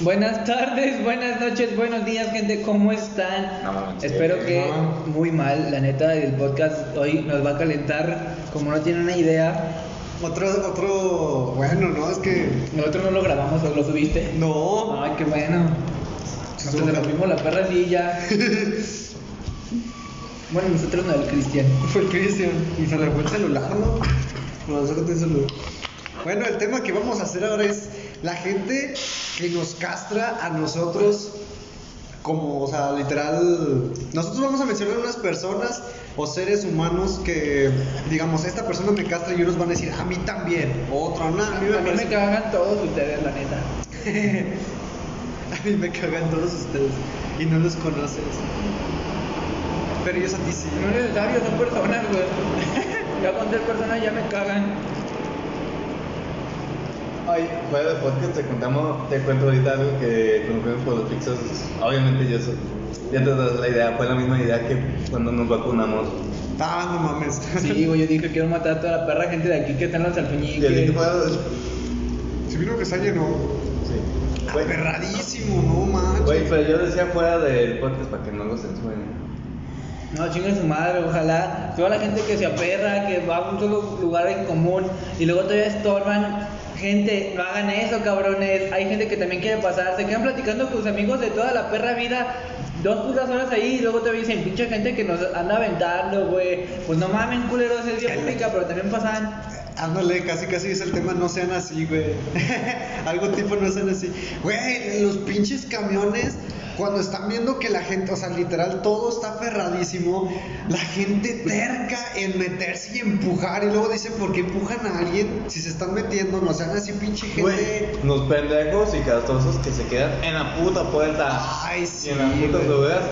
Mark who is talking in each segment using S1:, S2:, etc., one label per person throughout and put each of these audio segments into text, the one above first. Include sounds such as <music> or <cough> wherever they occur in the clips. S1: Buenas tardes, buenas noches, buenos días, gente, ¿cómo están?
S2: No, mames,
S1: Espero
S2: sí,
S1: que
S3: no.
S1: muy mal, la neta, el podcast hoy nos va a calentar, como no tienen una idea,
S3: Otro, otro, bueno, no, es que.
S1: nosotros no lo grabamos, o lo subiste.
S3: No.
S1: Ay, qué bueno. Nosotros le rompimos la perra así ya.
S2: <laughs>
S1: Bueno, nosotros no, el Cristian.
S3: Fue el Cristian. Y se le fue el celular, ¿no? Bueno, solo tiene celular. Bueno, el tema que vamos a hacer ahora es la gente que nos castra a nosotros. Como, o sea, literal. Nosotros vamos a mencionar unas personas o seres humanos que, digamos, esta persona me castra y unos van a decir, a mí también. Otra, no, a mí me,
S1: A mí me
S2: pues.
S3: parece-
S1: cagan todos ustedes, la neta.
S3: <laughs> A mí me cagan todos ustedes y no los conoces. Pero ellos a ti sí.
S1: No es necesario, son personas, güey. <laughs> Ya con tres personas ya me cagan.
S2: <laughs> Hoy, fuera de podcast, te, contamos, te cuento ahorita algo que conocemos por los pixos. Obviamente, yo soy. Ya te das la idea, fue la misma idea que cuando nos vacunamos.
S3: Ah, no mames.
S1: Sí, güey, yo dije quiero matar a toda la perra gente de aquí que está en los
S2: ¿Y el
S1: alfeñiques.
S2: link fue?
S3: <laughs> Si vino que se llenó.
S2: Sí.
S3: Ah,
S2: Güey,
S3: Aperradísimo, no manches.
S2: Güey, pero yo decía fuera del podcast para que no lo censuren.
S1: No, chingue su madre, ojalá. Toda la gente que se aperra, que va a un solo lugar en común y luego todavía estorban. Gente, no hagan eso, cabrones. Hay gente que también quiere pasar. Se quedan platicando con sus amigos de toda la perra vida. Dos putas horas ahí y luego te dicen, pinche gente que nos anda aventando, güey. Pues no mamen, culeros, es vía pública, pero también pasan.
S3: Ándale, casi casi es el tema, no sean así, güey. <laughs> Algo tipo no sean así. Güey, los pinches camiones, cuando están viendo que la gente, o sea, literal, todo está ferradísimo, la gente terca en meterse y empujar, y luego dicen, ¿por qué empujan a alguien si se están metiendo? No sean así, pinche gente.
S2: Güey, los pendejos y castrosos que se quedan en la puta puerta.
S3: Ay, sí,
S2: Y en las putas
S3: güey.
S2: lugares,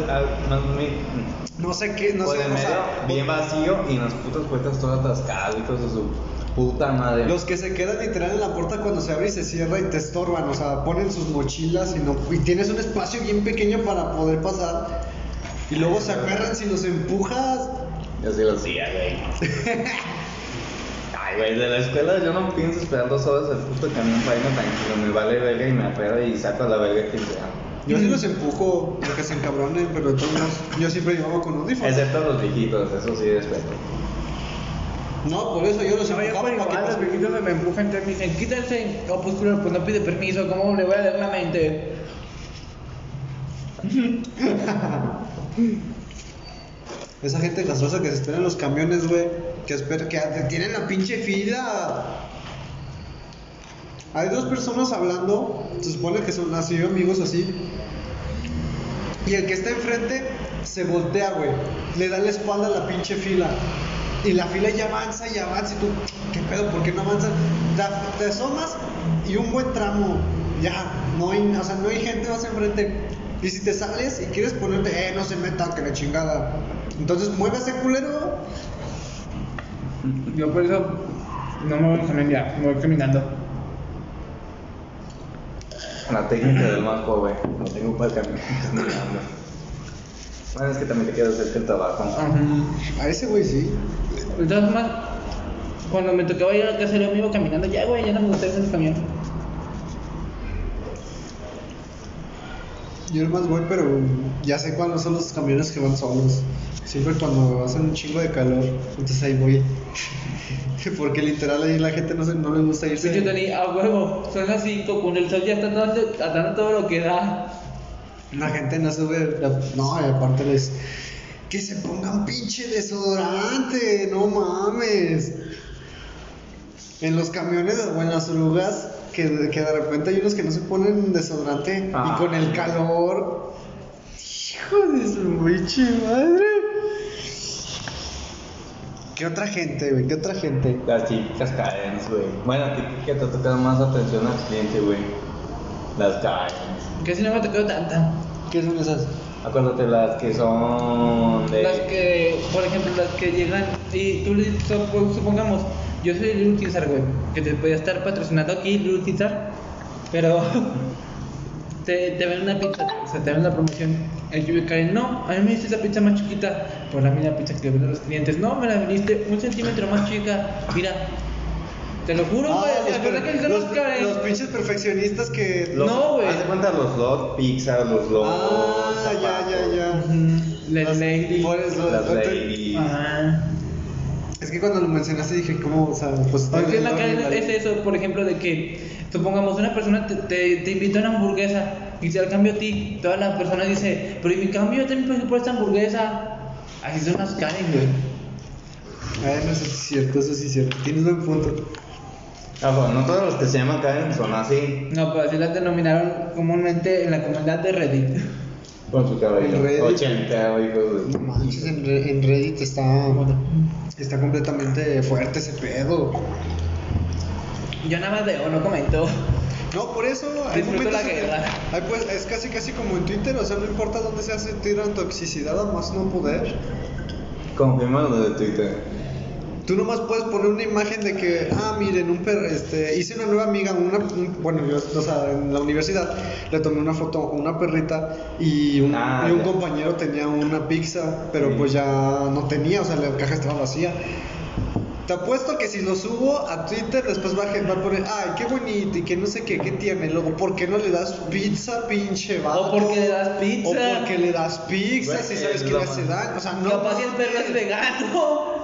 S2: las, al- más mi-
S3: No sé qué, no
S2: por
S3: sé
S2: el
S3: o
S2: medio,
S3: sea,
S2: bien vacío y en las putas puertas todas atascadas, hijos de su puta madre.
S3: Los que se quedan literal en la puerta cuando se abre y se cierra y te estorban, o sea, ponen sus mochilas y, no, y tienes un espacio bien pequeño para poder pasar. Y luego se agarran si los empujas.
S2: Y así lo hacía, güey. <laughs> Ay, güey, de la escuela yo no pienso esperar dos horas el puto camión para irme tranquilo. Me vale verga y me aferro y saco a la verga que sea.
S3: Yo sí los empujo, lo que se encabronen, pero de todos modos, yo siempre llevaba con audífonos.
S2: Excepto a los viejitos, eso sí respeto.
S3: No, por eso yo los
S1: No, yo
S3: empujaba
S1: por
S3: para que
S1: igual, los
S3: pasen.
S1: viejitos me empujan entonces me dicen, quítense. No, pues culo, pues no pide permiso, ¿cómo le voy a leer la mente?
S3: Esa gente castrosa que se espera en los camiones, güey, que espera que tienen la pinche fila. Hay dos personas hablando, se supone que son así amigos así. Y el que está enfrente se voltea, güey. Le da la espalda a la pinche fila. Y la fila ya avanza y avanza. Y tú, ¿qué pedo? ¿Por qué no avanza? Te- Te asomas y un buen tramo. Ya, no hay, o sea, no hay gente más enfrente. Y si te sales y quieres ponerte, eh, no se meta, que la chingada. Entonces, muévase, culero.
S1: Yo por eso no me voy a caminar ya, me voy caminando.
S2: La técnica del más joven. No tengo para el <laughs> camión. Bueno, es que también te quedas cerca el trabajo.
S3: A ese güey sí.
S1: De todas formas, cuando me tocaba ir a la casa, yo me iba caminando. Ya, güey, ya no me gusta ir en el camión.
S3: Yo nomás voy, pero ya sé cuáles son los camiones que van solos. Siempre cuando hacen un chingo de calor, entonces ahí voy. <laughs> Porque literal ahí la gente no, se, no le gusta irse.
S1: Pues Yo tenía, a huevo, son las 5, con el sol ya está dando, está dando todo lo que da.
S3: La gente no sube. la- No, y aparte les. Que se pongan pinche desodorante, no mames. En los camiones o en las orugas, que, que de repente hay unos que no se ponen desodorante
S2: Ah.
S3: y con el calor. Hijo de su pinche madre. ¿Qué otra gente, güey? ¿Qué otra gente?
S2: Las típicas cadenas, güey. Bueno, a ti que te tocan más atención al cliente, güey. Las cadenas.
S1: Casi no me ha tocado tanta.
S3: ¿Qué son esas?
S2: Acuérdate, las que son de.
S1: Las que, por ejemplo, las que llegan y tú le sup- supongamos, yo soy Little Tizar, güey, que te podía estar patrocinando aquí, Little Tizar, pero <laughs> te, te ven una pizza, o sea, te ven la promoción. El que me cae, no, a mí me hiciste la pizza más chiquita, pues la misma pizza que venden los clientes, no, me la vendiste un centímetro más chica, mira. Te lo juro,
S3: Ah,
S1: güey. o sea,
S3: los,
S1: ¿verdad que dicen
S3: los-
S1: los cabrones?
S3: los pinches perfeccionistas que.
S1: Los- No, güey.
S2: Haz de cuenta los Lot, Pixar, los Lobos.
S3: ah, ya, ya, ya.
S1: Ujú, mm, Les
S3: Las-
S1: lady.
S3: por eso-
S2: Las
S3: ahorita-
S2: Lady.
S1: Ajá.
S3: Es que cuando lo mencionaste dije, ¿cómo? O sea, pues.
S1: Lo que
S3: tiene
S1: es la
S3: el
S1: cadena
S3: nombre,
S1: es eso, por ejemplo, de que supongamos una persona te, te, te invita a una hamburguesa y te al cambio a ti, todas las personas dicen, pero en mi cambio yo también pagué por esta hamburguesa. Así son las Karen, güey.
S3: Ay, no, eso sí es cierto, eso sí es cierto. Tienes buen punto.
S2: Ah, bueno, no todos los que se llaman Karen son así.
S1: No, pero así las denominaron comúnmente en la comunidad de Reddit.
S2: Con su cabello.
S3: Reddit.
S2: 80, hijos
S3: No
S2: de.
S3: manches, en, Re- en Reddit está, está completamente fuerte ese pedo.
S1: Yo nada más veo, no comento.
S3: No, por eso hay
S1: Disfruto
S3: momentos
S1: la
S3: en que-
S1: guerra.
S3: hay, pues, es casi casi como en Twitter, o sea, no importa dónde sea, se tiran toxicidad a más no poder.
S2: Confirma lo de Twitter.
S3: Tú nomás puedes poner una imagen de que, ah, miren, un perro, este, hice una nueva amiga, una, un- bueno, yo, o sea, en la universidad le tomé una foto a una perrita y un,
S2: Ah,
S3: y un
S2: ya.
S3: compañero tenía una pizza, pero
S2: Sí.
S3: pues ya no tenía, o sea, la caja estaba vacía. Te apuesto que si lo subo a Twitter, después va a, gen- va a poner, ay, qué bonito y que no sé qué, qué tiene. Luego, ¿por qué no le das pizza, pinche vato?
S1: porque le das pizza.
S3: O porque le das pizza,
S2: Güey,
S3: si sabes
S2: es
S3: que
S2: lo
S3: le hace
S2: más-
S3: daño. O sea, no.
S1: Capaz si pues, el perro es vegano.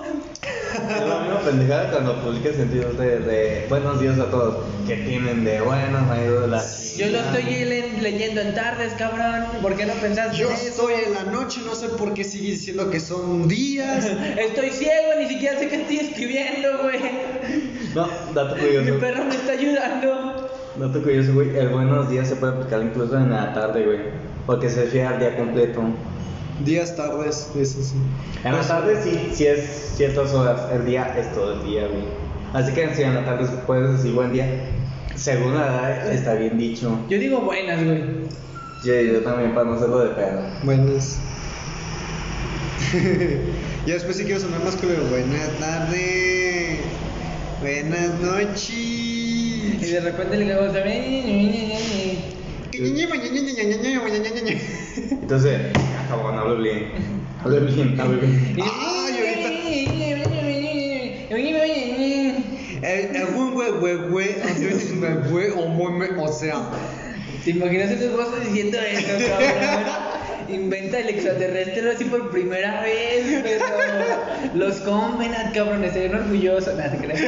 S2: Es la misma pendejada cuando publica sentidos de, de buenos días a todos. Que tienen de buenos, me ha ido de la.
S1: Yo lo
S2: chingada.
S1: estoy le- leyendo en tardes, cabrón. ¿Por qué no pensaste
S3: Ah. Yo
S1: en eso?
S3: estoy en la noche, no sé por qué sigue diciendo que son días.
S1: Estoy ciego, ni siquiera sé qué estoy escribiendo, güey.
S2: No, dato
S1: Mi
S2: curioso.
S1: perro <laughs> me está ayudando.
S2: Dato curioso, güey. El buenos días se puede aplicar incluso en la tarde, güey. Porque se refiere al día completo.
S3: <laughs> Días, tardes, eso sí.
S2: En la tarde sí, sí es ciertas horas. El día es todo el día, güey. Así que si en la tarde puedes decir buen día, según la edad está bien dicho.
S1: Yo digo buenas, güey.
S2: Yo, yo también para no hacerlo de pedo.
S3: Buenas. <laughs> ya después sí quiero sonar más culero. Buenas tardes. Buenas
S1: Y
S3: noches.
S1: de repente le cago también.
S2: Entonces, ah, cabrón, hablo bien. <laughs> Hablo bien, hablo bien.
S3: Ay, El, el buen Eh, güey, güey, güey, entonces, güey, güey, o muy me- o sea.
S1: ¿Te imaginas a tu esposa diciendo eso, cabrón? Inventa el extraterrestre así por primera vez, pero los convenat, cabrón, estarían orgullosos. Nada, te creas.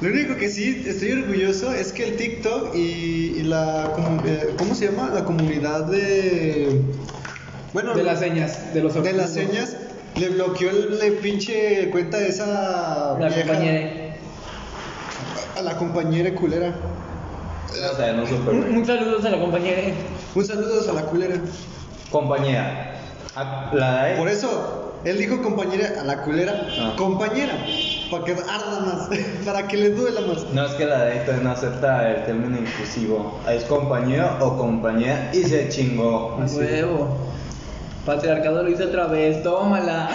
S3: Lo único que sí estoy orgulloso es que el TikTok y, y la. comu- eh, ¿Cómo se llama? La comunidad de. Bueno,
S1: De las señas, de los
S3: de
S1: orgullos.
S3: las señas. Le bloqueó el, le pinche cuenta de esa.
S1: La
S3: vieja-
S1: compañera.
S3: A la compañera culera.
S2: O sea, no super
S1: Un, un saludo a la compañera.
S3: Un saludo a la culera.
S2: Compañera. a- La
S3: Por
S2: edad
S3: eso, él dijo compañera a la culera.
S2: Ah.
S3: Compañera. Para que arda más. <laughs> para que le duela más.
S2: No es que la de esto no acepta el término inclusivo. Es compañero o compañera y se chingó.
S1: A huevo. Patriarcado lo hice otra vez, tómala.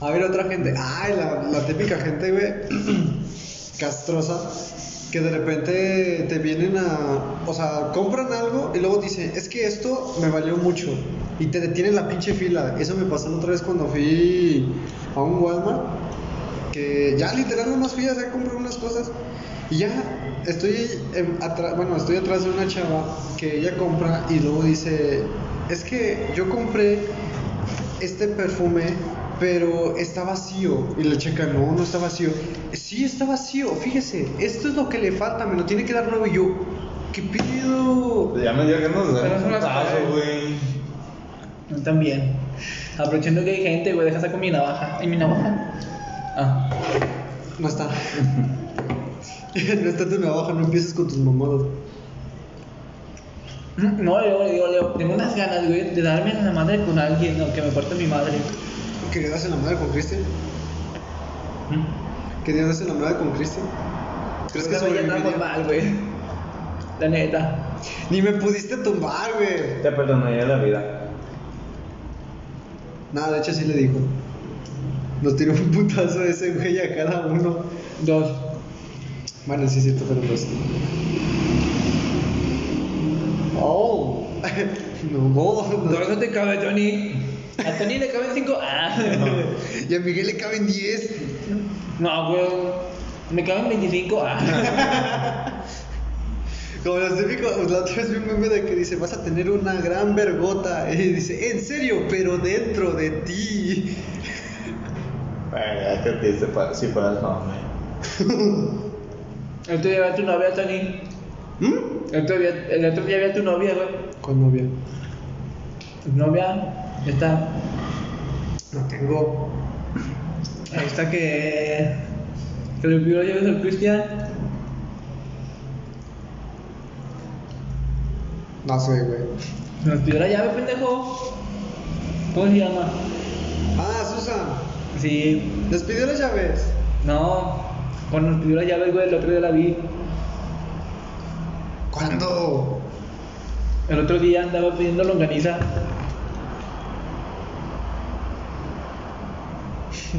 S3: A ver, otra gente. Ay, la, la típica gente, güey. <clears throat> Castrosa. Que de repente te vienen a. O sea, compran algo y luego dicen, es que esto me valió mucho. Y te detienen la pinche fila. Eso me pasó la otra vez cuando fui a un Walmart. Que ya literal nomás fui a hacer comprar unas cosas. Y ya estoy em, atra- bueno, estoy atrás de una chava que ella compra y luego dice, es que yo compré este perfume, pero está vacío. Y le checa, no, no está vacío. Sí, está vacío, fíjese, esto es lo que le falta, me lo tiene que dar nuevo. Y yo, ¿qué pido?
S2: Ya me dio que nos
S1: Pero
S2: den
S1: son
S2: un
S1: las
S2: putazo,
S1: paredes.
S2: güey.
S1: Yo también. Aprovechando que hay gente, güey, deja saco mi navaja. ¿Y mi navaja? Ah.
S3: No está. <laughs> no está tu navaja, no empieces con tus mamadas.
S1: No, Leo, Leo, Leo. Tengo unas ganas, güey, de darme en la madre con alguien, no, que me parte mi madre.
S3: ¿Que le das en la madre con Cristian?
S1: ¿Mm?
S3: ¿Que le das en la madre con Cristian? ¿Crees que
S1: Creo ya andamos
S3: sobreviviría?
S1: mal, güey. La neta.
S3: Ni me pudiste tumbar, güey.
S2: Te perdonaría la vida.
S3: Nada, de hecho sí le dijo. Nos tiró un putazo ese güey a cada uno.
S1: Dos.
S3: Bueno, sí es cierto, pero pues. Oh. <laughs> no, no.
S1: Por eso te
S3: <laughs>
S1: cabe, Tony. A Tony le caben cinco. Ah.
S3: Y a Miguel le caben 10.
S1: No, güey. Me caben 25. Ah.
S3: Como los típicos, la otra vez vi un meme de que dice, vas a tener una gran vergota. <laughs> Y dice, en serio, pero dentro de ti.
S2: Ay, ya te piste pa- si fueras mamá.
S1: El otro día vi a tu novia, Tony.
S3: ¿Mm?
S1: El otro día, el otro día vi a tu novia, güey.
S3: Con novia.
S1: Tu novia está.
S3: No tengo.
S1: Ahí está que. Que le pidió lleves al Cristian.
S3: No sé, güey.
S1: Nos pidió la llave, pendejo. ¿Cómo se llama?
S3: Ah, Susan.
S1: Sí.
S3: ¿Les pidió las llaves?
S1: No. Cuando nos pidió la llave, güey, el otro día la vi.
S3: ¿Cuándo?
S1: El otro día andaba pidiendo longaniza.
S3: <laughs>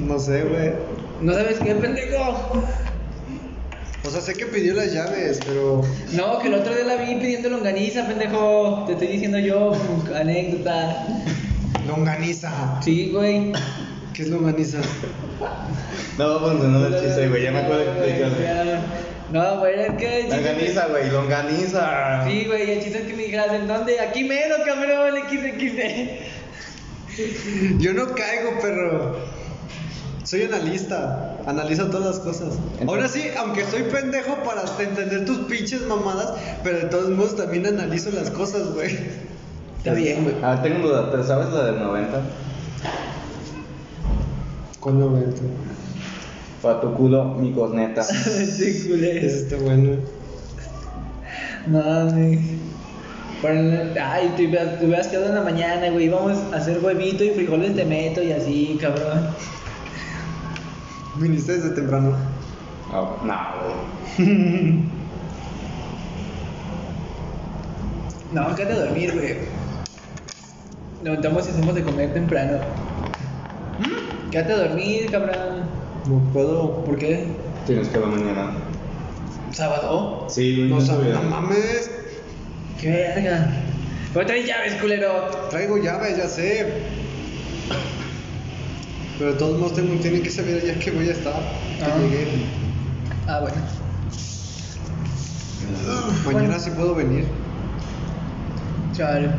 S3: No sé, güey.
S1: ¿No sabes qué, pendejo?
S3: O sea, sé que pidió las llaves, pero.
S1: No, que el otro día la vi pidiendo longaniza, pendejo. Te estoy diciendo yo, como anécdota.
S3: Longaniza.
S1: Sí, güey.
S3: ¿Qué es longaniza? <laughs>
S2: No va a funcionar el chiste, güey. Ya me acuerdo que explicaste.
S1: No, güey, es que. el chiste
S2: Longaniza, güey, longaniza.
S1: es que- Sí, güey, el chiste es que me dijeras, ¿en dónde? Aquí menos, cabrón, XXX.
S3: Yo no caigo, perro. Soy analista. Analizo todas las cosas. Ahora sí, aunque soy pendejo para entender tus pinches mamadas, pero de todos modos también analizo las cosas, güey.
S1: Está bien, güey.
S2: Ah, tengo duda, ¿te sabes la del 90?
S3: ¿Cuándo, güey? Este,
S2: Para tu culo, mi corneta.
S1: <laughs> Sí, culé.
S3: Es este bueno.
S1: Mami. Pero, ay, te hubieras, te hubieras quedado en la mañana, güey. Íbamos a hacer huevito y frijoles de meto y así, cabrón.
S3: Viniste desde temprano.
S2: No, no, güey.
S1: No, acá de dormir, güey. Levantamos y hacemos de comer temprano. ¿Mm? Quédate a dormir, cabrón.
S3: No puedo.
S1: ¿Por qué?
S2: Tienes que ver mañana.
S1: ¿Sábado?
S2: Sí, güey.
S3: No
S2: ya
S3: sabía.
S2: sabía.
S3: No mames.
S1: ¡Qué verga! ¡Voy a traer llaves, culero!
S3: Traigo llaves, ya sé. Pero de todos modos tengo, tienen que saber ya que voy a estar. Que
S1: Ah.
S3: llegué.
S1: Ah, bueno.
S3: Mañana
S1: Bueno.
S3: sí puedo venir.
S1: Chale.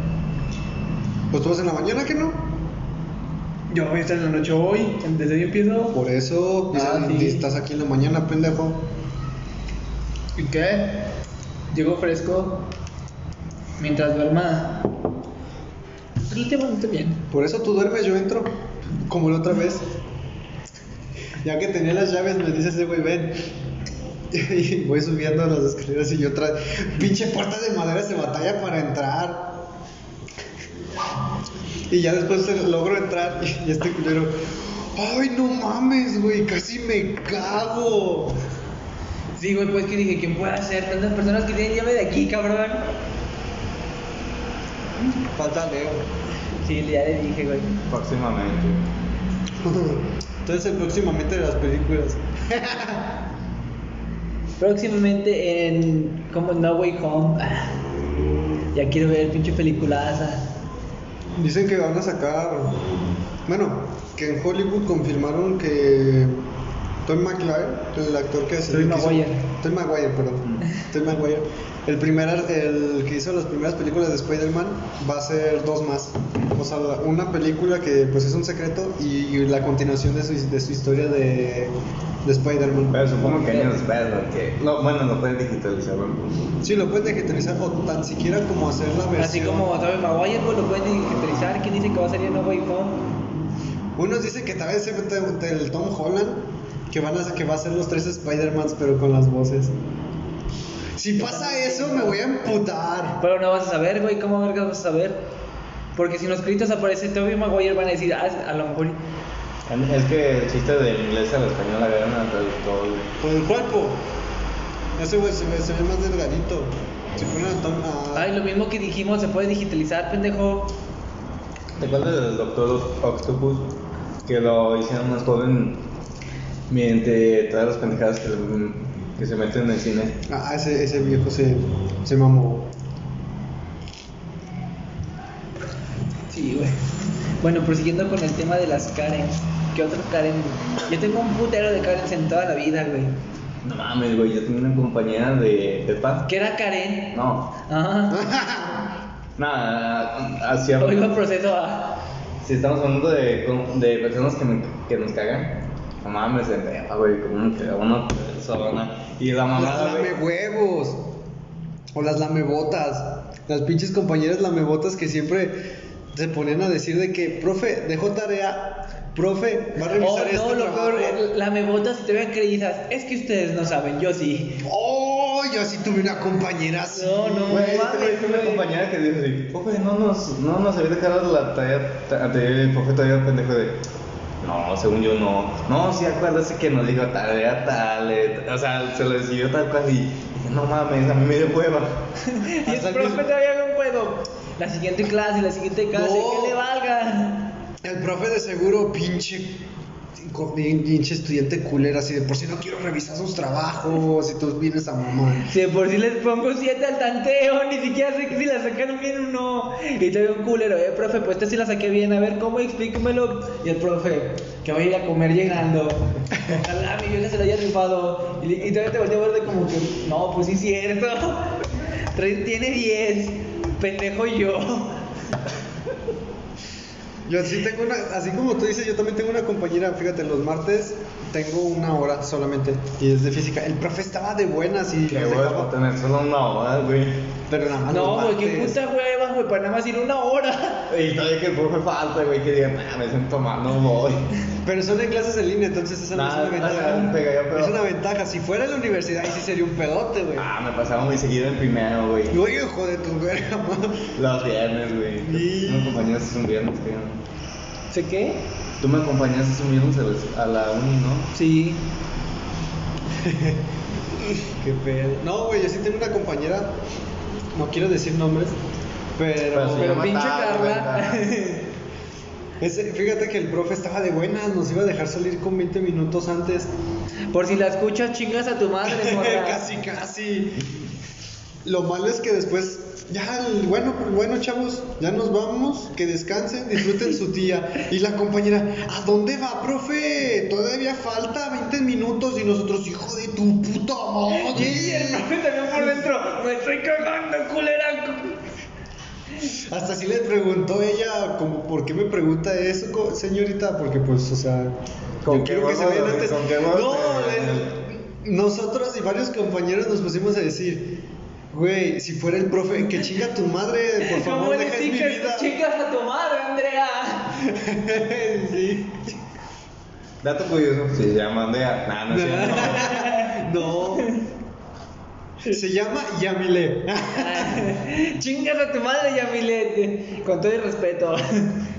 S3: Pues tú vas en la mañana que no.
S1: Yo voy a estar en la noche hoy. Desde hoy empiezo.
S3: Por eso
S1: Ah,
S3: dicen,
S1: sí.
S3: "Di- estás aquí en la mañana, pendejo.
S1: ¿Y qué? Llego fresco. Mientras duerma. Relativamente bien.
S3: Por eso tú duermes, yo entro. Como la otra vez. Ya que tenía las llaves, me dices, güey, ven. <laughs> Y voy subiendo las escaleras y yo tra... Pinche puerta de madera se batalla para entrar. Y ya después logro entrar y este culero. ¡Ay, no mames, güey! ¡Casi me cago!
S1: Sí, güey, pues que dije, ¿quién puede hacer? Tantas personas que tienen llave de aquí, cabrón.
S3: Falta Leo. <laughs>
S1: Sí, ya le dije, güey.
S2: Próximamente.
S3: Entonces, el próximamente de las películas.
S1: Próximamente en como No Way Home. Ah, ya quiero ver pinche peliculaza.
S3: Dicen que van a sacar. Bueno, que en Hollywood confirmaron que. Tom McLaren, el actor que hace.
S1: Tobey
S3: que hizo-
S1: Maguire. Mm.
S3: Tobey Maguire, perdón. Tom Maguire. El, primer, ar- el que hizo las primeras películas de Spider-Man va a ser dos más. O sea, la- una película que pues es un secreto y, y la continuación de su, de su historia de, de Spider-Man.
S2: Pero supongo que años después, porque. No, bueno, no pueden digitalizar, güey.
S3: Sí, lo pueden digitalizar o tan siquiera como hacer la versión.
S1: Así como Tobey Maguire, güey, pues, lo pueden digitalizar. ¿Quién dice que va a salir en No Way Home?
S3: Unos dicen que tal vez sea el el Tom Holland, que, van a, que va a ser los tres Spider-Mans, pero con las voces. Si pasa eso, me voy a emputar.
S1: Pero no vas a saber, güey, ¿cómo vergas vas a saber? Porque si en los créditos aparece Tobey Maguire van a decir, ah, a lo mejor...
S2: Es que el chiste del inglés al español agarraron al traductor, güey.
S3: Por el cuerpo. Ese güey se ve, se ve más delgadito. Si ponen a Tom. ah, a-
S1: Ay, lo mismo que dijimos, se puede digitalizar, pendejo.
S2: ¿Te acuerdas del Doctor Octopus? Que lo hicieron más joven mediante todas las pendejadas que, que se meten en el cine.
S3: Ah, ese, ese viejo se, se mamó.
S1: Sí, güey. Bueno, prosiguiendo con el tema de las Karen. que otros Karen. güey. Yo tengo un putero de Karen en toda la vida, güey.
S2: No mames, güey, yo tenía una compañera de, de paz.
S1: ¿Qué era Karen?
S2: No,
S1: Ajá.
S2: nada, hacia...
S1: <laughs> Hoy va proceso a.
S2: Si estamos hablando de, de personas que, me- que nos cagan, no mames, pendeja, güey, como uno que a uno persona. Y la
S1: Ah,
S3: Las
S2: mamada,
S3: lame
S2: güey.
S3: huevos. O las lamebotas. Las pinches compañeras lamebotas que siempre se ponían a decir de que, profe, dejó tarea. Profe, va a
S1: Oh,
S3: revisar
S1: no,
S3: este
S1: lo
S3: trabajo.
S1: peor, la me botas y te vean creídas. Es que ustedes no saben, yo
S3: <laughs>
S1: sí.
S3: Oh, yo sí tuve una compañera así.
S1: No, no,
S2: Güey,
S1: mames,
S2: este güey fue una
S1: güey.
S2: compañera que dice, así, profe, no nos, no nos había dejado la tarea ta- anterior, y el profe todavía pendejo de, no, según yo no, no, sí, acuérdese que nos dijo tarea tal, eh, o sea, se lo decidió tal cual y dije, no mames, a mí me dio hueva.
S1: Y el
S3: Hasta el
S1: profe
S3: mismo-
S1: todavía no puedo. La siguiente clase, la siguiente clase,
S3: No.
S1: que le valga.
S3: El profe de seguro, pinche, co- pinche estudiante culero, así de por si no quiero revisar sus trabajos y tú vienes a mamón.
S1: Si de por si les pongo 7 al tanteo, <laughs> ni siquiera sé que si la sacaron bien o no. Y te veo un culero, eh, profe, pues esta sí la saqué bien, a ver cómo, explícamelo. Y el profe, que voy a ir a comer llegando. Ojalá mi vieja se la haya rifado. Y, y todavía te volteé a ver de como que, no, pues sí es cierto. <laughs> Tres- tiene 10, pendejo yo.
S3: Yo sí tengo una, así como tú dices, yo también tengo una compañera, fíjate, los martes tengo una hora solamente y es de física. El profe estaba de buenas y
S2: Qué
S3: nos dejaba-
S2: hueva tener solo una hora, güey.
S3: pero nada más
S1: No,
S3: los
S1: güey, qué
S3: martes.
S1: puta hueva, güey, para nada más ir una hora. <laughs>
S2: Y todavía que el profe falta, güey, que diga, nah, me siento mal, no
S1: <laughs>
S2: voy.
S3: Pero son de clases en línea, entonces esa
S2: Nah,
S3: no es una
S2: ah,
S3: ventaja.
S2: pega, ya, pero-
S3: Es una ventaja. Si fuera en la universidad, ahí sí sería un pedote, güey.
S2: Ah, me pasaba muy seguido en primero, güey.
S3: Y, Oye, hijo de tu verga, man.
S2: Los viernes, güey.
S3: Y-
S2: Tú me acompañaste un viernes, creo.
S1: ¿Sé qué?
S2: Tú me acompañaste un viernes a la- a la uni, ¿no?
S1: Sí.
S3: <laughs> Qué pedo. No, güey, yo sí tengo una compañera. No quiero decir nombres, pero.
S2: Pero Pues sí.
S1: Pero
S2: me
S1: pinche
S2: mataron,
S1: Carla. Pues.
S3: Ese- fíjate que el profe estaba de buenas, nos iba a dejar salir con 20 minutos antes.
S1: Por si la escuchas, chingas a tu
S3: <laughs>
S1: madre, morra.
S3: casi, casi. Lo malo es que después. Ya, el- bueno, bueno, chavos, ya nos vamos. Que descansen, disfruten su día. Y la compañera, ¿a dónde va, profe? Todavía falta 20 minutos. Y nosotros, hijo de tu puta
S1: <laughs> Y el
S3: madre.
S1: profe también por
S3: <laughs>
S1: dentro, me estoy cagando, culera.
S3: Hasta si le preguntó ella, como, ¿por qué me pregunta eso, co- señorita? Porque, pues, o sea,
S2: ¿Con
S3: yo
S2: qué
S3: quiero que se
S2: huevo,
S3: vayan
S2: güey?
S3: antes.
S2: ¿Con qué huevo
S3: no,
S2: te-
S3: le- nosotros y varios compañeros nos pusimos a decir, güey, si fuera el profe, que chinga tu madre, por
S1: ¿Cómo
S3: favor,
S1: le
S3: dejes mi vida.
S1: chicas, chingas a tu madre, Andrea?
S3: <laughs> sí.
S2: Dato curioso, se llama Andrea. Nah, no es cierto.
S1: <laughs>
S3: No. Se llama Yamile. <laughs>
S1: chingas a tu madre, Yamilet. Con todo el respeto.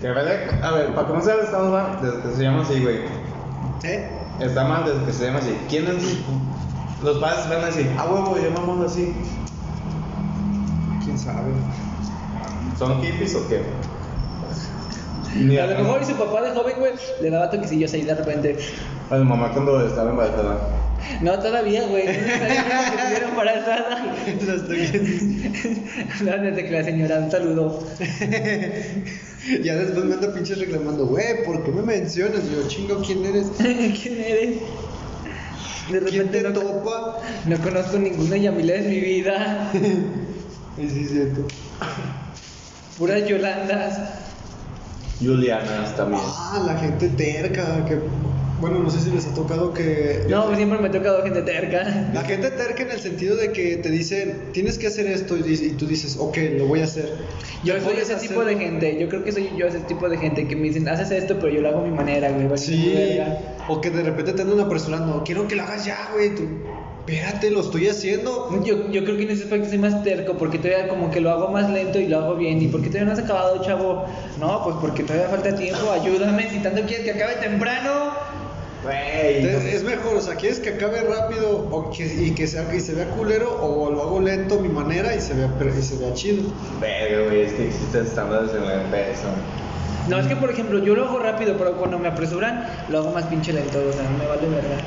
S2: Que vale- A ver, para comenzar, estamos mal desde que se llama así, güey.
S3: ¿Eh?
S2: Está mal desde que se llama así. ¿Quién es? Los padres van a decir, ah, huevo, llamámoslo así.
S3: ¿Quién sabe? <laughs>
S2: ¿Son hippies o qué? Ni
S1: a lo mejor y su papá de joven, güey, le daba toquecillos ahí de repente.
S2: A mi mamá cuando estaba embarazada.
S1: No, todavía, güey. No sabía que estuvieron embarazada.
S3: Las estoy-
S1: No, no te creas, señora. Un saludo. <laughs>
S3: Ya después me anda pinches reclamando, güey, ¿por qué me mencionas? Y yo, chingo, ¿quién eres?
S1: ¿Quién eres? De
S3: ¿Quién
S1: repente
S3: te
S1: no,
S3: topa?
S1: no conozco ninguna Yamila en mi vida.
S3: Y sí, es cierto.
S1: Puras Yolandas.
S2: Julianas también.
S3: Ah, la gente terca, que... Bueno, no sé si les ha tocado que...
S1: No, pues siempre me he tocado gente terca.
S3: La gente terca en el sentido de que te dicen, tienes que hacer esto, y, di- y tú dices, ok, lo voy a hacer.
S1: Yo
S3: Te
S1: soy
S3: pones
S1: ese
S3: a
S1: tipo de
S3: hacerlo.
S1: gente. Yo creo que soy yo ese tipo de gente que me dicen, haces esto, pero yo lo hago a mi manera, güey. vale,
S3: Sí,
S1: verga.
S3: o que de repente te andan apresurando, quiero que lo hagas ya, güey, tú... Espérate, lo estoy haciendo.
S1: Yo, yo creo que en ese aspecto soy más terco porque todavía como que lo hago más lento y lo hago bien. ¿Y por qué todavía no has acabado, chavo? No, pues porque todavía falta tiempo. Ayúdame si tanto quieres que acabe temprano.
S2: Güey.
S3: Entonces, es mejor, o sea, quieres que acabe rápido o que, y que sea, y se vea culero o lo hago lento a mi manera y se vea, pero- y se vea chido.
S2: Verga, güey, es que existen estándares en la empresa.
S1: No, es que por ejemplo yo lo hago rápido, pero cuando me apresuran lo hago más pinche lento. O sea, me vale verga.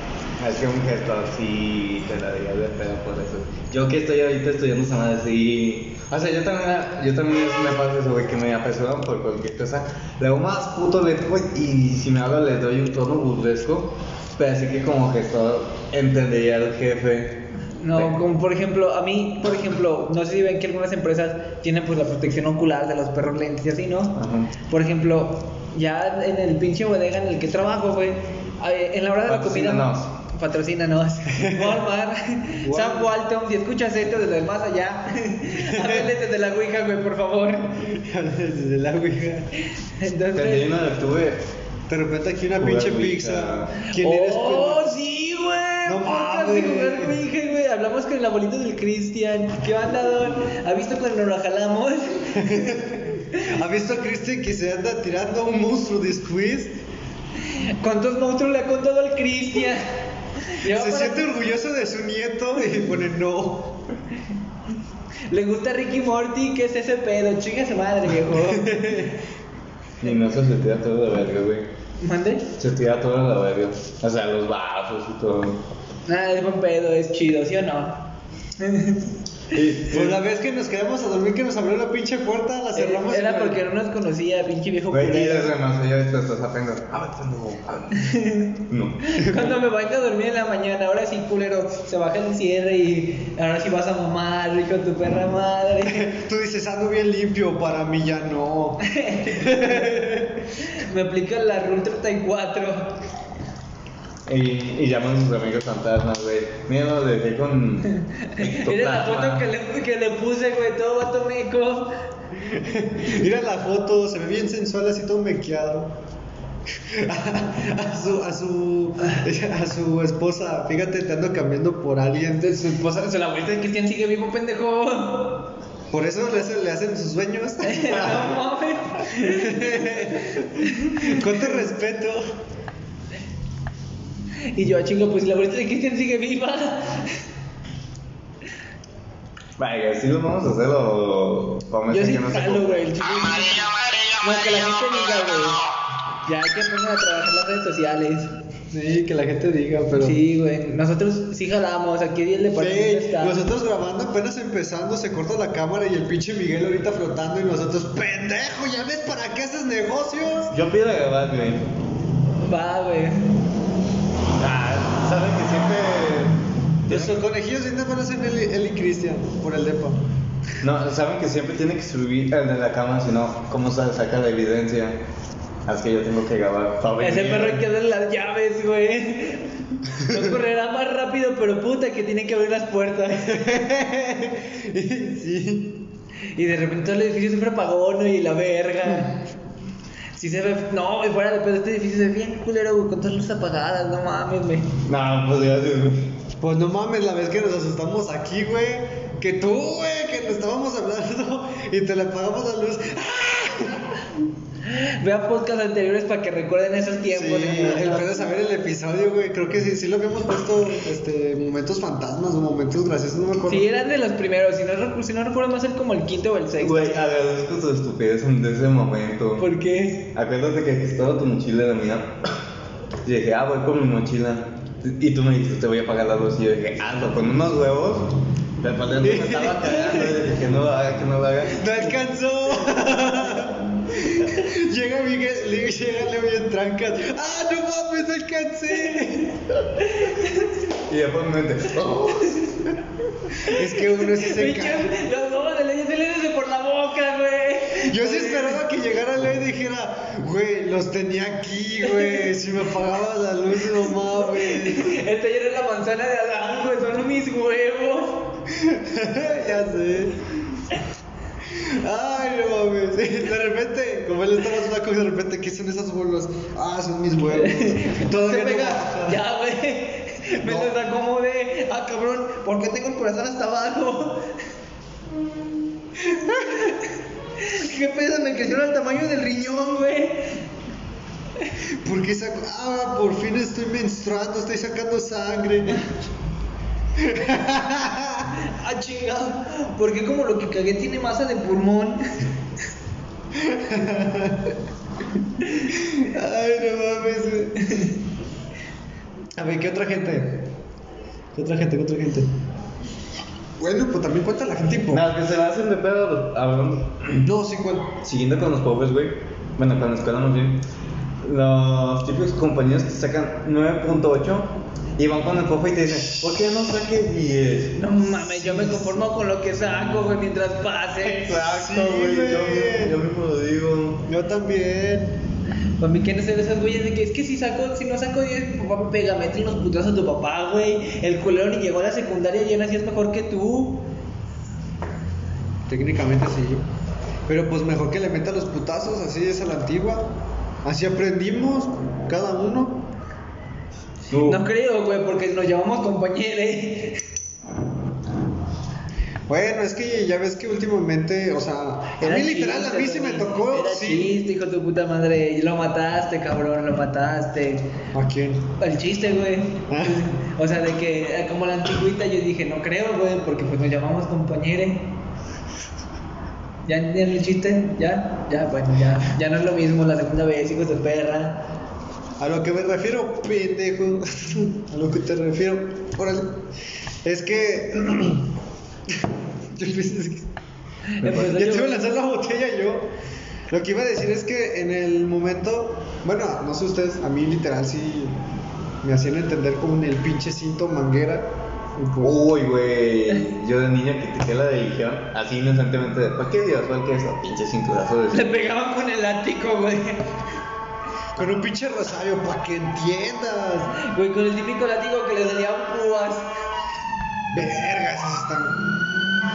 S2: Hacía un gesto así, te la diría de pedo por eso. Yo que estoy ahorita estudiando esa madre así. O sea, yo también, yo también me pasa eso, güey, que me apresuran por cualquier cosa. Le hago más puto lento, güey, y si me hablo les doy un tono burlesco. Pero así que como gestor entendería al jefe.
S1: No, como por ejemplo, a mí, por ejemplo, no sé si ven que algunas empresas tienen pues la protección ocular de los perros lentes y así, ¿no?
S3: Ah.
S2: Ajá.
S1: Por ejemplo, ya en el pinche bodega en el que trabajo, güey, eh, en la hora de la comida. Patrocínanos.
S2: Patrocínanos.
S3: <laughs>
S1: Walmart, Sam Walton, si escuchas esto desde el más
S3: <laughs>
S1: allá, háblale desde la Ouija, güey, por favor.
S3: Desde la Ouija.
S1: Entonces.
S2: 31 de octubre.
S3: De repente aquí una
S2: Jugar
S3: pinche
S2: Ouija.
S3: pizza. ¿Quién
S1: oh,
S3: eres? pendejo?
S1: sí, güey.
S3: No
S1: Podcast de
S3: mames.
S1: jugar Ouija, güey. Hablamos con el abuelito del Cristian. ¿Qué onda, Don? ¿Ha visto cuando nos lo jalamos?
S3: ¿Ha visto a Christian que se anda tirando un monstruo de squeeze?
S1: ¿Cuántos monstruos le ha contado al Cristian? Ya va
S3: Se
S1: para-
S3: siente orgulloso de su nieto y pone no.
S1: Le gusta Ricky Morty, ¿qué es ese pedo? Chinga su madre, viejo.
S3: <laughs>
S2: Y no se tira todo de verga, güey.
S1: ¿Mande?
S2: Se tira todo de la verga. O sea, los vasos y todo.
S1: Nada, es buen pedo, es chido, ¿sí o no?
S2: Y-
S3: Pues la vez que nos quedamos a dormir que nos abrió la pinche puerta, la cerramos. y
S1: Eh, Era
S3: la-
S1: porque no nos conocía, pinche viejo
S2: Güey, y
S1: culero.
S2: desde más allá te estás aprendiendo.
S1: Ah,
S2: <laughs> No.
S1: Cuando me baño a dormir en la mañana, ahora sí, culero, se baja el cierre y ahora sí vas a mamar, hijo de tu perra madre.
S3: Tú dices, ando bien limpio, para mí ya no.
S1: Me aplica la Rule 34.
S2: Y, y llaman a sus amigos fantasmas, güey. Mira, lo dejé
S1: <laughs>
S2: con.
S1: Era la foto que le, que le puse, güey, todo vato meco.
S3: Mira la foto, se ve bien sensual, así todo mequeado. <laughs> A su, a su, a su esposa, fíjate, te ando cambiando por alguien.
S1: De su esposa, se la vuelta de Cristian sigue vivo, pendejo. <laughs>
S3: Por eso le hacen, le hacen sus sueños.
S1: No mames.
S3: Con tu respeto.
S1: Y yo, chingo, pues la abuelita de Cristian sigue viva.
S2: Vaya, si lo vamos a hacer o. Vamos
S1: Yo sí
S2: no se
S1: jalo,
S2: puede.
S1: güey. el chingo. No, que la gente diga, güey. Ya hay que poner a trabajar las redes sociales.
S3: Sí, que la gente diga, pero.
S1: Sí, güey. Nosotros sí jalamos. Aquí el
S3: Güey,
S1: departamento está.
S3: nosotros grabando apenas empezando, se corta la cámara y el pinche Miguel ahorita flotando y nosotros, pendejo, ya ves para qué haces negocios.
S2: Yo pido grabar, güey.
S1: Va, güey.
S2: Ah, saben que siempre.
S3: Los conejillos siempre van a ser él, y- él y Cristian por el depa.
S2: No, saben que siempre tiene que subir el de la cama, si no, ¿cómo se saca la evidencia? Así que yo tengo que grabar. Pa'
S1: Ese
S2: venir.
S1: perro hay que darle las llaves,
S3: <laughs>
S1: güey. No correrá más rápido, pero puta que tiene que abrir las puertas.
S3: <laughs> sí.
S1: Y de repente todo el edificio siempre apagón y la verga. Sí se ve. No, güey, fuera de pedo, este edificio se ve bien culero, güey, con todas las luces apagadas, no mames, güey.
S2: No, pues gracias, güey.
S3: Pues no mames, la vez que nos asustamos aquí, güey. Que tú, güey, que nos estábamos hablando y te le apagamos
S1: <laughs>
S3: la luz.
S1: Vean podcasts anteriores para que recuerden esos
S3: Sí,
S1: tiempos.
S3: el pedo es saber el episodio, güey. Creo que sí, sí lo habíamos puesto este, momentos fantasmas o momentos graciosos, no me acuerdo.
S1: Sí, eran de los primeros, si no, recu- si no recuerdo más, el como el quinto o el sexto.
S2: Güey, agradezco tu estupidez en ese momento.
S1: ¿Por qué?
S2: Acuérdate que aquí estaba tu mochila y la mía. Y dije, ah, voy con mi mochila. Y tú me dijiste, te voy a pagar la luz. Y yo dije, hazlo con unos huevos. Pero para me estaba cagando. Y dije, que no lo haga, que no lo haga.
S3: ¡No alcanzó! <laughs> llega Miguel, le- llega Leo bien trancas. ¡Ah, no mames, no alcancé!
S2: Y después me mente, oh,
S1: <laughs>
S3: Es que uno sí se cae.
S1: Pinches, los ojos de leyes se le desde por la boca, güey.
S3: Yo sí esperaba que llegara Leo y dijera, güey, los tenía aquí, güey. Si me apagaba la luz, no mames. <laughs>
S1: El taller es este la manzana de Adán, güey, son mis huevos.
S3: ya sé. Ay, no mames. De repente, como él estaba flaco, de repente, ¿qué son esas bolas? Ah, son mis huevos.
S1: <laughs> Se
S3: Todavía no
S1: pega,
S3: baja.
S1: ya, güey. Me
S3: No.
S1: los acomodé. Ah, cabrón, ¿por qué tengo el corazón hasta abajo? ¿Qué pedo? Me crecieron al tamaño del riñón, güey.
S3: ¿Por qué saco? Ah, por fin estoy menstruando, estoy sacando sangre.
S1: Ah, chingado. ¿Por qué como lo que cagué tiene masa de pulmón?
S3: Ay, no mames. güey. A ver, ¿qué otra gente? ¿Qué otra gente? ¿Qué otra gente? Bueno, pues también cuenta la gente po.
S2: Nada, que se la hacen de pedo. Hablando,
S3: No, sí cuenta.
S2: siguiendo con los pobres, güey. Bueno, con la escuela más bien. Los típicos compañeros que sacan 9.8 y van con el profe y te dicen, ¿por qué no saques 10?
S1: No mames, yo me conformo con lo que saco, güey, mientras pase.
S2: Exacto,
S3: Sí,
S2: güey. yo,
S3: güey.
S2: yo mismo lo digo.
S3: Yo también.
S1: Para mí, ¿quién es de esas güeyes de que es que si saco, si no saco 10, mi papá me pega, mete unos putazos a tu papá, güey. El culero ni llegó a la secundaria y aún así es mejor que tú.
S3: Técnicamente sí. Pero pues mejor que le metan los putazos, así es a la antigua. Así aprendimos, cada uno.
S2: Tú.
S1: No creo, güey, porque nos llamamos compañeros.
S3: Bueno, es que ya ves que últimamente, o sea, a
S1: Era
S3: mí literal, a
S1: chiste,
S3: mí sí me
S1: güey.
S3: tocó.
S1: Era
S3: Sí.
S1: chiste, hijo de tu puta madre. Y Lo mataste, cabrón, lo mataste.
S3: ¿A quién?
S1: El chiste,
S3: <laughs>
S1: güey.
S3: Ah.
S1: O sea, de que eh, como la antigüita yo dije, no creo, güey, porque pues nos llamamos compañeros. ¿Ya entendieron el chiste? ¿Ya? Ya, bueno, ya. Ya no es lo mismo la segunda vez, hijos de perra.
S3: A lo que me refiero, pendejo. <laughs> A lo que te refiero. Órale. Es que. <clears throat> Yo pensé que-
S1: Eh, pues,
S3: Ya te iba
S1: yo-
S3: a lanzar la botella yo. Lo que iba a decir es que en el momento, bueno, no sé ustedes, a mí literal sí me hacían entender como en el pinche cinto manguera. Y pues,
S2: Uy, güey. Yo de niño critiqué la religión así inocentemente. ¿Para qué Dios? ¿Para qué eso? Pinche cinturazo
S1: <laughs> <laughs> Le
S2: de.
S1: pegaban con el látigo, güey.
S3: Con un pinche rosario, para que entiendas.
S1: Güey, con el típico látigo que le salían púas.
S3: Vergas, esos están.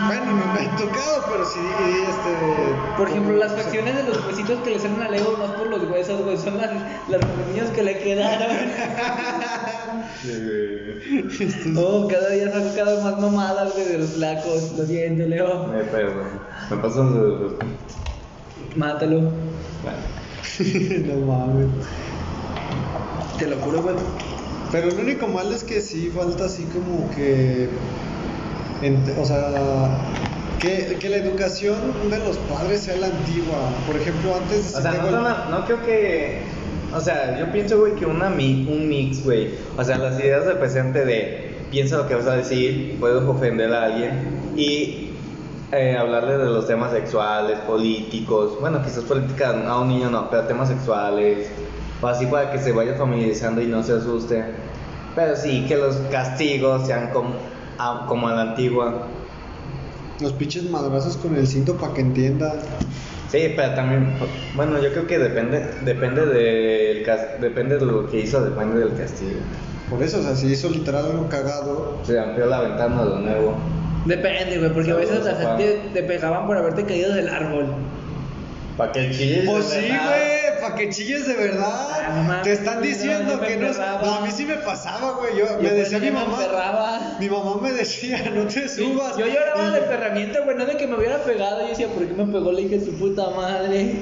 S3: Bueno, no me han tocado, pero sí, este.
S1: Por ejemplo,
S3: como-
S1: las facciones de los huesitos que le salen al ego no es por los huesos, güey, son las, las niños que le
S3: <laughs>
S1: quedaron.
S2: Eh,
S1: Oh, cada día saco cada vez más mamadas, güey, de los flacos. Lo siento, Leo.
S2: Me perdón. Me pasan de.
S1: Mátalo.
S2: Bueno.
S3: no mames. Te lo juro, güey. Pero lo único malo es que sí falta así como que. ent- o sea. Que, que la educación de los padres sea la antigua. Por ejemplo, antes
S2: O
S3: sí
S2: sea,
S3: te
S2: no,
S3: gol-
S2: son la- no creo que. O sea, yo pienso, güey, que una mi- un mix, güey. O sea, las ideas del presente de piensa lo que vas a decir, puedes ofender a alguien y eh, hablarle de los temas sexuales, políticos. Bueno, quizás política a un niño no, pero temas sexuales. O así para que se vaya familiarizando y no se asuste. Pero sí, que los castigos sean como a, como a la antigua.
S3: Los pinches madrazos con el cinto para que entienda.
S2: Sí, pero también, bueno, yo creo que depende, depende del cas- depende de lo que hizo, depende del castigo.
S3: Por eso, o sea, si hizo literal algo cagado.
S2: Se amplió la ventana de nuevo.
S1: Depende, güey, porque a veces
S2: Saludos,
S1: la
S2: papá.
S1: gente te pegaban por haberte caído del árbol.
S2: Para que el chile.
S3: Pues sí, güey, para que chilles de verdad.
S1: Ah, no mames,
S3: te están
S1: no,
S3: diciendo
S1: yo me
S3: que no es.
S1: emperraba.
S3: No, a mí sí me pasaba, güey. Yo,
S1: Yo
S3: me
S1: por
S3: decía
S1: eso me
S3: mi mamá.
S1: emperraba.
S3: Mi mamá me decía, <laughs> no te subas.
S1: Yo lloraba
S3: Y-
S1: de perramiento, güey, no de que me hubiera pegado. Yo decía, ¿por qué me pegó la hija de su puta madre?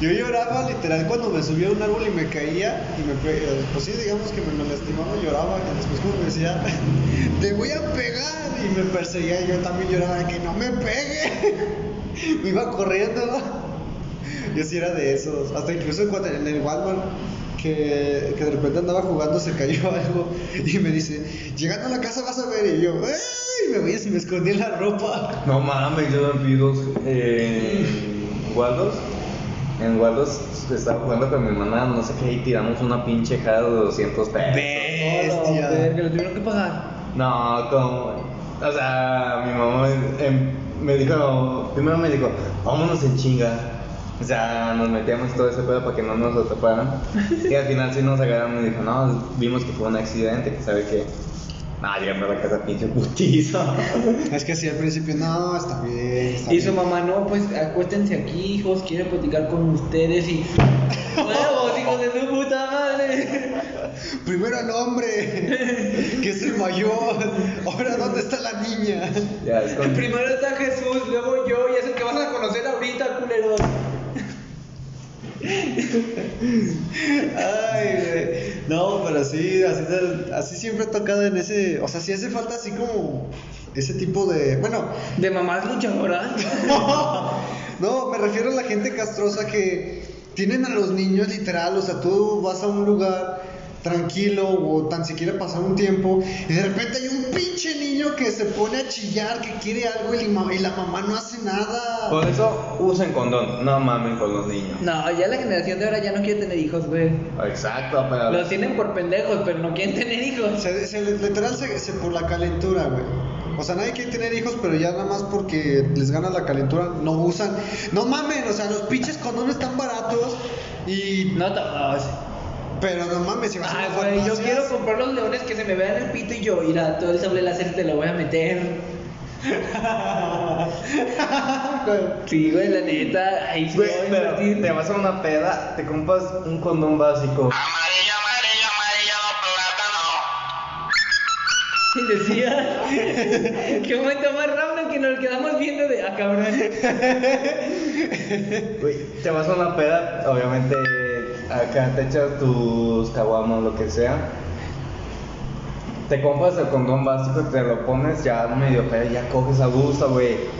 S3: Yo lloraba literal cuando me subía a un árbol y me caía y me pe- eh, pues sí digamos que me, me lastimaba, lloraba y después como me decía, <laughs> te voy a pegar y me perseguía y yo también lloraba de que no me pegue. <laughs> me iba corriendo. Yo sí era de esos, hasta incluso cuando en el Walmart que, que de repente andaba jugando se cayó <laughs> algo y me dice, llegando a la casa vas a ver y yo, "Ay", y me voy y me escondí en la ropa.
S2: No mames, yo vi dos eh, en Waldos. En Waldos estaba jugando con mi hermana, no sé qué, y tiramos una pinche jada de 200 pesos.
S1: Hola, Oh, verga, lo tuvieron que pagar.
S2: No, como. O sea, mi mamá me, em- me dijo. Primero me dijo, vámonos en chinga. O sea, nos metíamos todo ese pedo para que no nos atraparan. Y al final sí nos agarraron y dijo, no, vimos que fue un accidente, que sabe que. No, llegamos a la casa pinche putizo.
S3: <laughs> Es que sí, al principio, no, está bien. Está
S1: Y su
S3: bien".
S1: mamá, no, pues acuéstense aquí, hijos, quiero platicar con ustedes y. ¡Huevos, hijos de su puta madre!
S3: Primero el <laughs> hombre, que es el mayor. Ahora, ¿dónde está la niña?
S2: ya, es con-
S1: Primero está Jesús, luego yo, y es el que vas a conocer ahorita, culeros.
S3: Ay, güey. No, pero sí, así, se- así siempre he tocado en ese. O sea, sí hace falta así como ese tipo de. Bueno,
S1: De mamás luchadoras.
S3: <laughs> no, me refiero a la gente castrosa que tienen a los niños literal. O sea, tú vas a un lugar. tranquilo o tan siquiera pasar un tiempo y de repente hay un pinche niño que se pone a chillar, que quiere algo y la, ma- y la mamá no hace
S1: Pues
S3: nada.
S2: Por eso usen condón, no mamen con los niños.
S1: No, ya la generación de ahora ya no quiere tener hijos, güey.
S2: Exacto, pero.
S1: Los tienen por pendejos, pero no quieren tener hijos.
S3: Se, se- literal se, se- por la calentura, güey. O sea, nadie quiere tener hijos, pero ya nada más porque les gana la calentura, no usan. No mamen, o sea, los pinches condones están baratos y.
S1: No todos.
S3: Pero no mames, si vas a
S1: Ay,
S3: las
S1: güey, yo
S3: farmacias-
S1: quiero comprar los leones que se me vean el pito y yo, mira, todo el sable láser te lo voy a
S2: <laughs>
S1: meter. Sí, güey, la neta, ahí sí
S2: Güey,
S1: voy a
S2: pero
S1: invertir.
S2: te vas a una peda, te compras un condón básico.
S4: Amarillo, amarillo, amarillo, plátano.
S1: <laughs> Y decía, <laughs> qué momento más raro que nos quedamos viendo de, ah, cabrón.
S2: Güey, te vas a una peda, obviamente acá te echas tus caguamas, lo que sea. Te compras el condón básico, te lo pones ya medio pedo, ya coges a gusto, güey.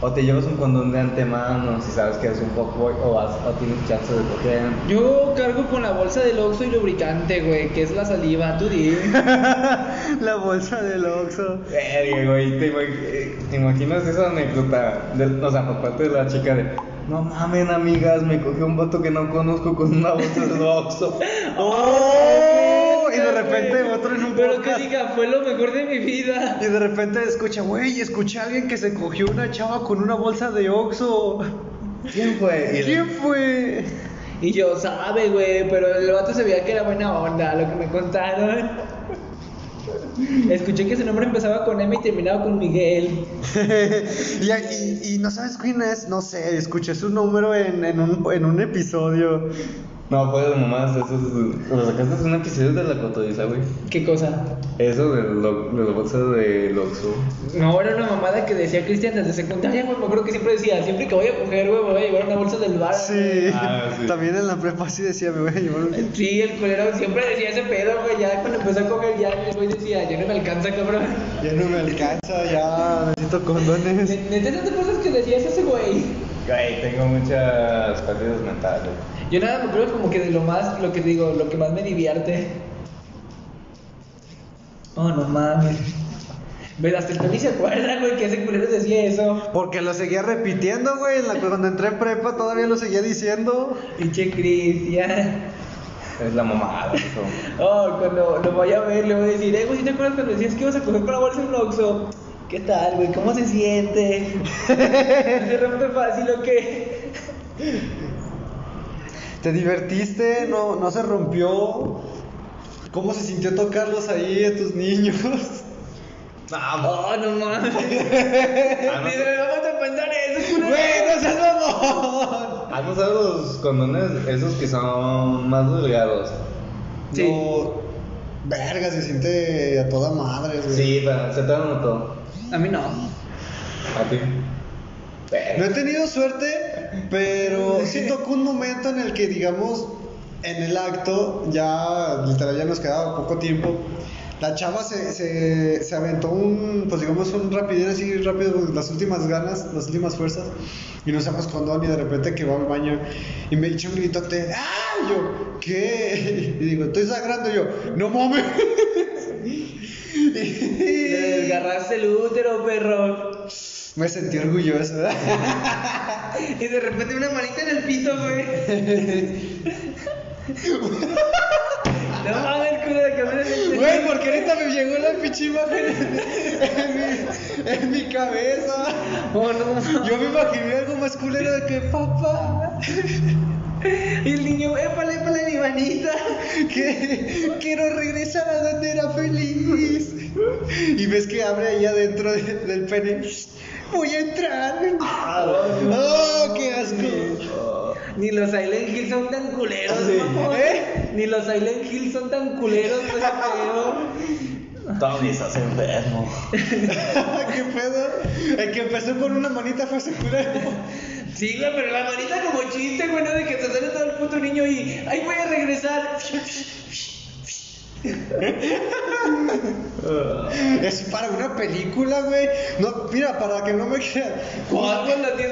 S2: O te llevas un condón de antemano si sabes que eres un fuckboy o, vas- o tienes chance de coger.
S1: Yo cargo con la bolsa del Oxxo y lubricante, güey, que es la saliva, tú di.
S3: <laughs> La bolsa del Oxxo.
S2: Verga, güey, te, imag- eh, ¿te imaginas esa anécdota, de, o sea, por parte de la chica de, no mamen amigas, me cogió un vato que no conozco con una bolsa de Oxxo.
S3: ¡Oh! Y de repente otro en un
S1: Pero que
S3: podcast.
S1: diga, fue lo mejor de mi vida.
S3: Y de repente escucha, güey, escuché a alguien que se cogió una chava con una bolsa de Oxxo.
S2: ¿Quién fue? Y-
S3: ¿Quién fue?
S1: Y yo, sabe, güey, pero el vato se veía que era buena onda, lo que me contaron. Escuché que su nombre empezaba con M y terminaba con Miguel.
S3: y, y- y no sabes quién es, no sé, escuché su número en, en un, en un episodio.
S2: No, pues nomás, eso es, lo sacaste de un episodio de la cotoriza, güey.
S1: ¿Qué cosa?
S2: Eso de, lo, de la bolsa de Oxxo.
S1: No, era una mamada que decía Cristian desde secundaria, güey. Me acuerdo que siempre decía, siempre que voy a coger, güey, me voy a llevar una bolsa del bar.
S3: Sí,
S2: Ah, sí.
S3: también en la prepa sí decía, me voy a llevar un...
S1: Sí, el culero siempre decía ese pedo, güey. Ya cuando empezó a coger, ya el güey decía, ya no me alcanza, cabrón.
S3: <laughs> Ya no me alcanza, ya necesito condones.
S1: Ne- Neta, tantas cosas que decías ese güey.
S2: Güey, tengo muchas pérdidas mentales.
S1: Yo nada, me acuerdo como que de lo más, lo que digo, lo que más me divierte. Oh, no mames. Pero hasta el Tony se acuerda, güey, que ese culero decía eso.
S3: Porque lo seguía repitiendo, güey, en la- cuando entré en prepa todavía lo seguía diciendo.
S1: Pinche Cristian.
S2: Es la mamada, eso.
S1: Oh, cuando lo vaya a ver, le voy a decir, eh, güey, ¿sí ¿te acuerdas cuando decías que ibas a coger para bolsa un Oxxo? ¿Qué tal, güey? ¿Cómo se siente? <laughs> ¿Se rompe fácil o qué? <laughs>
S3: ¿Te divertiste? ¿No, no se rompió? ¿Cómo se sintió tocarlos ahí a tus niños?
S1: Oh, no
S2: <laughs>
S1: mames.
S2: Ah,
S1: Ni se me vamos a pensar eso, culero.
S3: ¡Güey, no seas mamón!
S2: ¿Has usado los condones esos que son más delgados?
S1: Sí.
S3: No, verga, se siente a toda madre, güey.
S2: Sí, pero se te notó.
S1: A mí no.
S2: ¿A ti?
S3: No he tenido suerte, pero sí tocó un momento en el que, digamos, en el acto, ya literal ya nos quedaba poco tiempo. La chava se, se, se aventó un, pues digamos, un rapidín así rápido, con las últimas ganas, las últimas fuerzas, y nos usamos condón y de repente que va al baño y me echa un gritote, ¡ah! Y yo, ¿qué? Y digo, estoy sangrando, y yo, ¡no mames! <laughs>
S1: Le desgarraste el útero, perro.
S3: me sentí orgulloso,
S1: Y de repente una manita en el pito,
S3: <laughs>
S1: güey. no mames, culero, que me
S3: Güey, porque ahorita me llegó la pinche imagen en, mi, en mi cabeza.
S1: Oh, no mames.
S3: Yo me imaginé algo más culero de que papá,
S1: Y el niño, épale, épale, mi manita.
S3: que quiero regresar a donde era feliz. Y ves que abre ahí adentro de- del pene. Voy a entrar.
S2: Ah,
S3: ¡Oh, qué asco! <laughs>
S1: Ni los Silent Hill son tan culeros,
S2: Sí.
S1: mamón.
S3: ¿Eh?
S1: Ni los Silent Hill son tan culeros, güey, ese pedo.
S2: Tommy, estás enfermo.
S3: ¡Qué pedo! El que empezó con una manita fue ese culero.
S1: Sí, güey, pero la manita como chiste, güey, ¿no? De que se sale todo el puto niño <laughs> y, ay, voy a regresar.
S2: Ah.
S3: Es para una película, güey. No, mira, para que no me crean.
S1: ¿Cuál, güey? ¿Los 10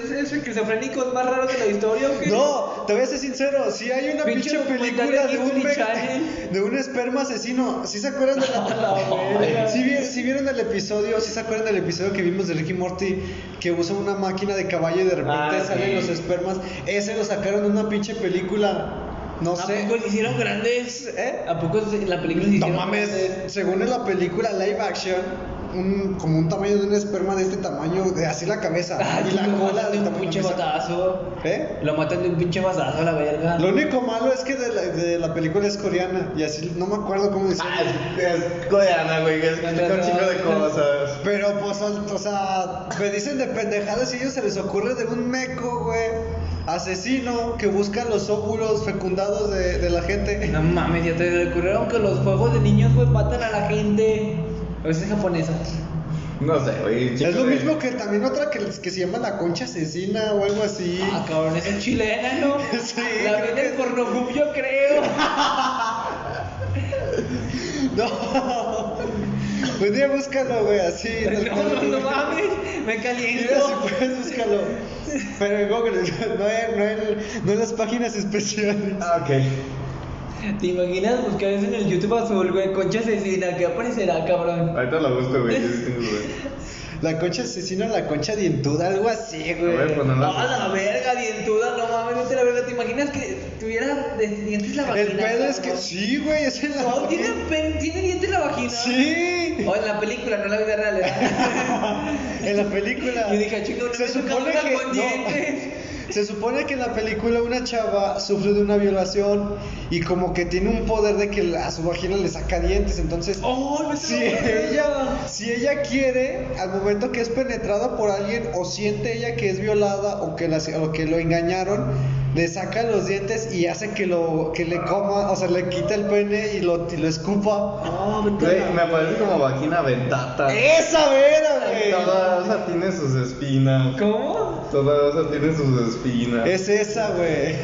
S1: los diez esquizofrénicos más raros de la historia o qué?
S3: No, te voy a ser sincero, si hay una
S1: Pinche
S3: pinche
S1: documental
S3: película
S1: de
S3: de un,
S1: Disney
S3: ve-
S1: Channel.
S3: de un esperma asesino, si se acuerdan de
S1: <laughs>
S3: la... si, vi- si vieron el episodio, si se acuerdan del episodio que vimos de Ricky Morty, que usa una máquina de caballo y de repente
S2: Ah,
S3: salen
S2: sí.
S3: los espermas, ese lo sacaron de una pinche película, no
S1: ¿A
S3: sé.
S1: poco se hicieron grandes?
S3: ¿Eh?
S1: ¿A poco se- la película se
S3: No
S1: hicieron
S3: mames,
S1: grandes?
S3: según en la película live action, un- como un tamaño de un esperma de este tamaño, de así la cabeza
S1: Ah,
S3: y la
S1: lo
S3: cola
S1: matan de
S3: del
S1: un
S3: tamaño
S1: pinche
S3: de esa-
S1: batazo.
S3: ¿Eh?
S1: Lo matan de un pinche bazazo a la verga.
S3: Lo único malo es que de la, de la película es coreana y así no me acuerdo cómo decía.
S2: Ah, es, es coreana, güey, es explica un chingo de cosas.
S3: Pero pues, o o sea, me dicen de pendejadas y a ellos se les ocurre de un meco, güey, asesino que busca los óvulos fecundados de, de la gente.
S1: No mames, ya te ocurrieron que los juegos de niños, güey, matan a la gente. A veces japonesa.
S2: No sé, güey. chico
S3: es lo
S2: de-
S3: mismo que también otra que, que se llama la concha asesina o algo así.
S1: Ah, cabrón, esa es chilena, ¿no?
S3: <laughs> Sí,
S1: La
S3: creo
S1: venden
S3: que-
S1: por Pornhub, yo creo.
S3: <laughs> No. Un día búscalo, güey, así.
S1: No, <laughs> no, no mames, me
S3: Mira, si
S1: caliento.
S3: puedes, búscalo. Pero en Google, no en, no en, no en las páginas especiales.
S2: Ah, ok.
S1: ¿Te imaginas buscar eso en el YouTube azul, güey? Concha asesina, ¿qué aparecerá, cabrón?
S2: Ahorita lo busco, güey. sí, sí, güey.
S3: La concha asesina, la concha dientuda, algo así,
S2: A ver,
S3: güey.
S2: pues, no la-
S1: Ah, la verga, dientuda, no mames, no te la verga. ¿Te imaginas que tuviera de- dientes la vagina?
S3: El pedo es que
S1: cabrón?
S3: sí, güey, es en la.
S1: No, tiene, pe- tiene dientes la vagina.
S3: Sí.
S1: O en la película, no en la vida real. ¿eh? ¿verdad?
S3: <laughs> En la película.
S1: Yo dije, chico, una
S3: se
S1: vez un
S3: supone
S1: cabrón
S3: que
S1: con
S3: no.
S1: dientes.
S3: Se supone que en la película una chava sufre de una violación y como que tiene un poder de que a su vagina le saca dientes, entonces
S1: ¡Oh, no
S3: Si
S1: se lo creo.
S3: ella, si ella quiere, al momento que es penetrada por alguien o siente ella que es violada o que, la- o que lo engañaron, le saca los dientes y hace que lo que le coma, o sea, le quita el pene y lo, y lo escupa.
S1: No, vete a
S2: Güey,
S1: la-
S2: me parece como vagina ventata.
S3: Eh, ¡Esa vera,
S2: Toda rosa tiene sus espinas.
S1: ¿Cómo?
S2: Toda rosa tiene sus espinas.
S3: güey! Es esa, güey.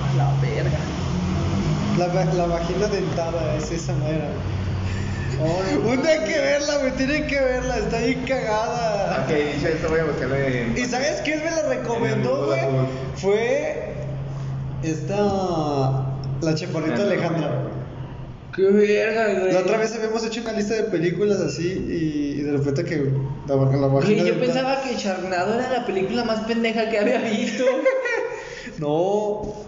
S1: A la verga.
S3: La, va- la vagina dentada, es esa mera.
S1: Oh, no.
S3: Un día hay que verla, güey, tienen que verla, está bien cagada.
S2: Ok, dicho esto, voy a buscarle en.
S3: ¿Y sabes quién me la recomendó,
S2: En el mundo
S3: güey? Fue esta. La chaparrita
S2: En el
S3: Alejandra.
S1: Qué verga, güey.
S3: La otra vez habíamos hecho una lista de películas así y, y de repente que la, la
S1: Güey,
S3: vagina
S1: yo
S3: dentada-
S1: pensaba que Charnado era la película más pendeja que había visto.
S3: No.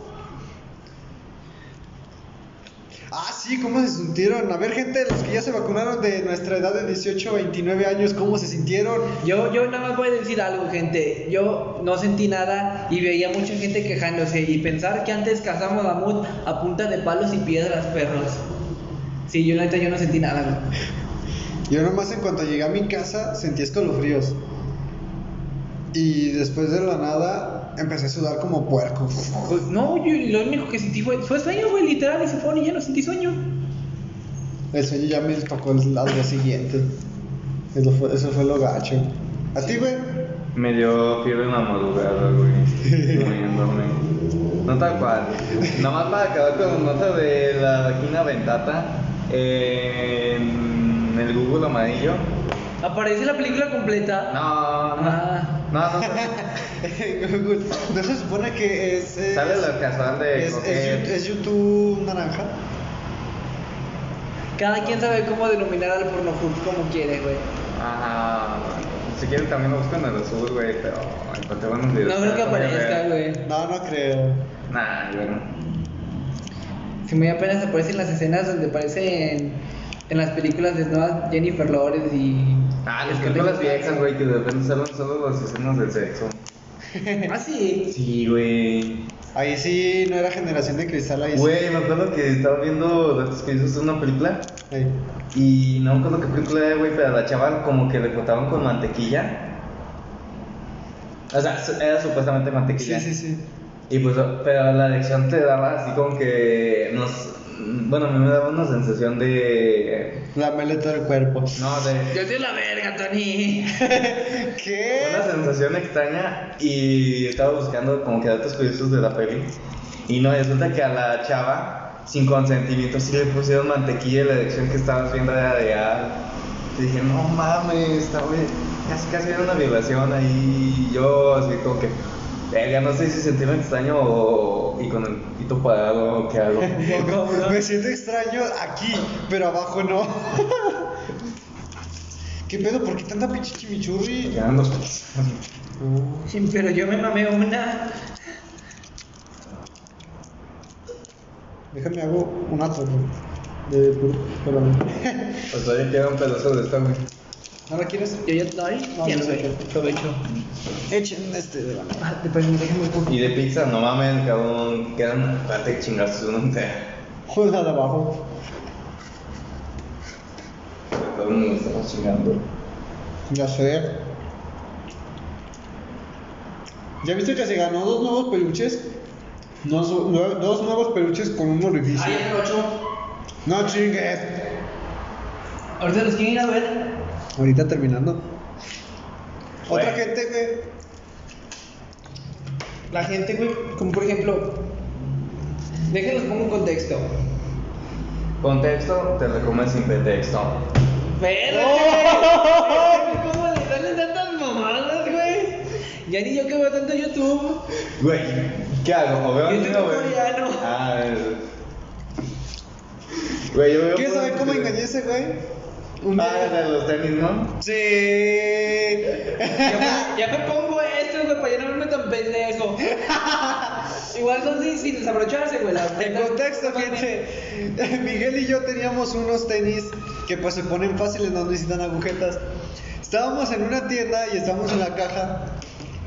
S3: Ah, sí, ¿cómo se sintieron? A ver, gente, los que ya se vacunaron de nuestra edad de 18 29 años, ¿cómo se sintieron?
S1: Yo, yo nada más voy a decir algo, gente. Yo no sentí nada y veía mucha gente quejándose. Y pensar que antes cazamos mamut a punta de palos y piedras, perros. Sí, yo la neta yo no sentí nada, güey.
S3: Yo nomás en cuanto llegué a mi casa sentí escalofríos. Y después de la nada empecé a sudar como puerco.
S1: Pues, No, yo lo único que sentí fue, fue sueño, güey, literal, y se fueron y ya no sentí sueño.
S3: El sueño ya me tocó el- al día siguiente. Eso fue, eso fue lo gacho. ¿A ti,
S2: <laughs>
S3: güey?
S2: Me dio fiebre en la
S1: <laughs>
S2: madrugada, güey. Muriéndome. No tal cual. Nada más para acabar con la nota de la vagina ventata. eh, en el Google amarillo.
S1: Aparece la película completa.
S2: No, no.
S1: Ah.
S2: No, no sale-
S3: no se supone que es. es-
S2: sale la casual de
S3: es, es,
S2: coger.
S3: Yu- es YouTube naranja.
S1: Cada quien sabe cómo denominar al porno como quiere, güey.
S2: Ajá. Si quieren también lo buscan en el azul, güey, pero encontré buenos videos.
S1: No creo que
S2: Voy a ver.
S1: aparezca, güey.
S3: No, no creo.
S2: Nah, yo no.
S1: Si muy apenas aparecen las escenas donde aparecen en, las películas desnudas Jennifer Lawrence y. <laughs>
S2: Ah, les creo las viejas, güey, que de repente salen solo las escenas del sexo.
S1: Ah, sí.
S2: Sí, güey.
S3: Ahí sí no era generación de cristal, ahí sí.
S2: Güey, me acuerdo que estaba viendo datos que hizo una película
S3: Ahí.
S2: y no me acuerdo qué película era, güey, pero a la chava como que le cortaban con mantequilla. O sea, su- era supuestamente mantequilla.
S3: Sí, sí, sí.
S2: Y pues, pero la lección te daba así como que nos. Bueno, a mí me daba una sensación de.
S3: La meleta del cuerpo.
S2: No, de.
S1: Yo soy la verga, Tony.
S3: ¿Qué?
S2: Una sensación extraña y estaba buscando como que datos curiosos de la peli. Y no, resulta que a la chava sin consentimiento sí le pusieron mantequilla y la adicción que estabas viendo era real. Y dije, no mames, está bien. Casi, casi era una violación ahí. Y yo, así como que, verga, no sé si sentirme extraño o. y con el pito parado o qué hago.
S3: Me siento extraño aquí, pero abajo no. <laughs> ¿Qué pedo? ¿Por qué tanta pinche chimichurri?
S2: Quedan los pies.
S1: Sí, pero yo me mamé una.
S3: Déjame hago un atro de puro. Espérame.
S2: Pues todavía queda un pedazo de esta, güey.
S3: ¿No la quieres?
S1: Yo ya estoy.
S3: No,
S1: ya
S3: no,
S1: lo he hecho. Aprovecho.
S3: Echen este de la mano.
S1: Ah, Después me dejan un poco.
S2: Y de pizza, no mames, cabrón. Quedan parte chingazos, no te.
S3: Joder, de abajo.
S2: Todo el mundo estamos chingando.
S3: Ya sé. ¿Ya viste que se ganó dos nuevos peluches? Dos, nue- dos nuevos peluches con un orificio.
S1: Ay, el 8.
S3: No chingues.
S1: Ahorita los quieren ir a ver.
S3: Ahorita terminando. Otra
S2: Güey.
S3: gente, güey.
S1: La gente, güey, como por ejemplo, déjenlos pongo un contexto.
S2: Contexto, te lo comes sin pretexto.
S1: Pero, güey, ¿cómo le salen tantas mamadas, güey? Ya ni yo que veo tanto YouTube.
S2: Güey, ¿qué hago? ¿O veo
S1: Yo
S2: anime
S1: soy
S2: o veo-
S1: coreano.
S2: Ah, es- Güey, yo veo.
S3: ¿Quieres
S2: puro
S3: saber cómo
S2: anime.
S3: engañé a ese güey? Un
S2: Ah,
S3: día.
S2: de los tenis, ¿no?
S3: Sí.
S1: Ya me, ya me pongo esto, güey, para ya no verme tan pendejo. Igual son sin, sin desabrocharse, güey. la
S3: En
S1: prenda.
S3: contexto, gente, <laughs> Miguel y yo teníamos unos tenis que pues se ponen fáciles, no necesitan agujetas. Estábamos en una tienda y estábamos en la caja.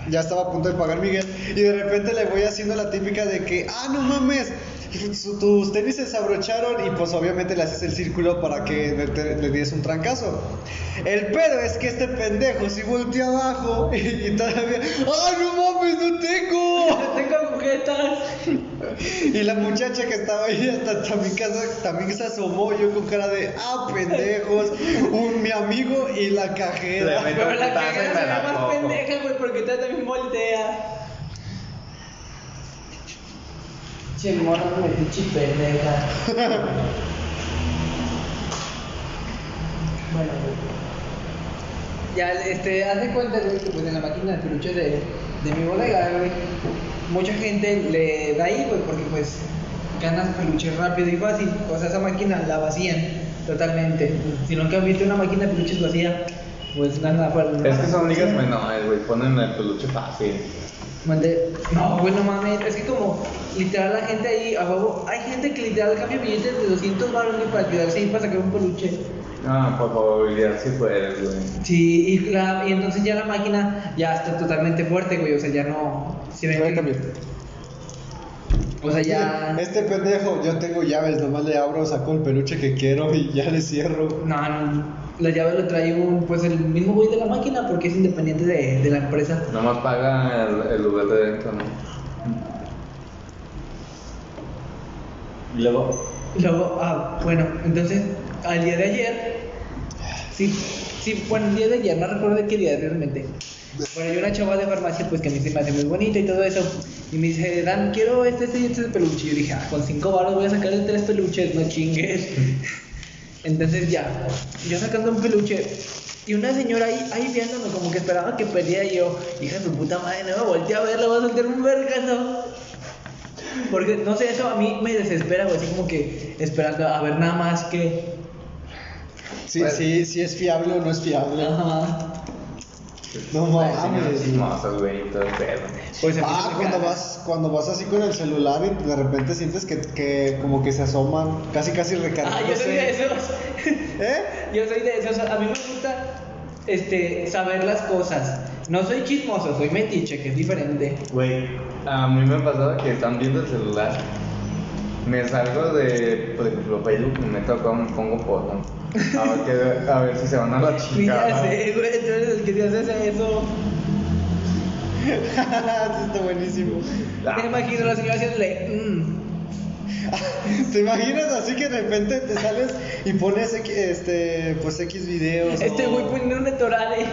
S3: Ya estaba a punto de pagar Miguel y de repente le voy haciendo la típica de que, ah, no mames, su- tus tenis se desabrocharon y pues obviamente le haces el círculo para que le, te- le des un trancazo. El pedo es que este pendejo si voltea abajo y, y todavía, ah, no mames, no tengo.
S1: Tengo agujetas.
S3: Y la muchacha que estaba ahí hasta, hasta mi casa también se asomó yo con cara de ah pendejos, un mi amigo y la
S2: Le
S3: cajera.
S2: metí
S1: Pero la
S2: un putazo y
S1: cagada
S2: me
S1: se ve
S2: la
S1: más
S2: cojo.
S1: pendeja, güey, porque usted también voltea. Che, morra, me pinche pendeja. bueno, güey. Ya, este, haz de cuenta, güey, que pues en la máquina de peluches de, de mi bodega, güey, mucha gente le da ahí, güey, porque pues ganas peluches rápido y fácil. O sea, esa máquina la vacían totalmente. Si nunca han visto una máquina de peluches vacía, pues nada, fuera.
S2: Es que son ligas
S1: Sí.
S2: menores, güey. Ponen el peluche fácil.
S1: Mandé, no, güey, no mames, es que como literal la gente ahí, a huevo, hay gente que literal cambia billetes de 200 baros güey, para quedarse ahí para sacar un peluche.
S2: Ah, por favor, si puedes, güey.
S1: Sí, y, la, y entonces ya la máquina ya está totalmente fuerte, güey, o sea, ya no... Se ven que- o sea, ya...
S3: Este pendejo, yo tengo llaves, nomás le abro, saco el peluche que quiero y ya le cierro.
S1: No, no, la llave lo trae un, pues el mismo güey de la máquina porque es independiente de, de la empresa.
S2: Nomás paga el, el lugar de dentro, ¿no? Y luego.
S1: Y Luego, ah, bueno, entonces, al día de ayer, sí, sí, bueno, el día de ayer, no recuerdo de qué día realmente. Bueno, yo una chava de farmacia, pues que a mí se me hace muy bonita y todo eso. Y me dice, Dan, quiero este, este y este peluche. Y yo dije, ah, con cinco baros voy a sacar de tres peluches, no chingues. Entonces ya, yo sacando un peluche. Y una señora ahí, ahí viéndome, como que esperaba que perdiera y yo. Hija de su puta madre, no me volteé a ver, le voy a soltar un vergazo. Porque no sé, eso a mí me desespera, güey, así como que esperando a ver nada más que.
S3: Sí,
S2: Bueno.
S3: sí, sí es fiable o no es fiable.
S1: Ajá.
S3: No mames.
S2: Chismosas, güey, y todo el pedo.
S1: Pues se
S3: Ah,
S1: empieza a
S3: cuando
S1: cagar.
S3: vas, cuando vas así con el celular y de repente sientes que, que como que se asoman, casi casi
S1: Ah, yo soy de
S3: recargándose.
S1: esos. <laughs>
S3: ¿Eh? <laughs>
S1: Yo soy de esos. A mí me gusta este, saber las cosas. No soy chismoso, soy metiche, que es diferente.
S2: Güey, a mí me pasaba que están viendo el celular. Me salgo de, por ejemplo, Facebook y me toco, me pongo porno. A ver, qué- a ver si se van a la
S1: <laughs> Y ya
S2: chica.
S1: sé, güey, tú eres el que te haces eso.
S3: Eso está buenísimo.
S2: Ah.
S1: Me imagino la señora haciéndole. mm.
S3: <laughs> ¿Te imaginas así que de repente te sales y pones X- este pues X videos?
S1: Este
S3: o-
S1: güey poniendo un torale.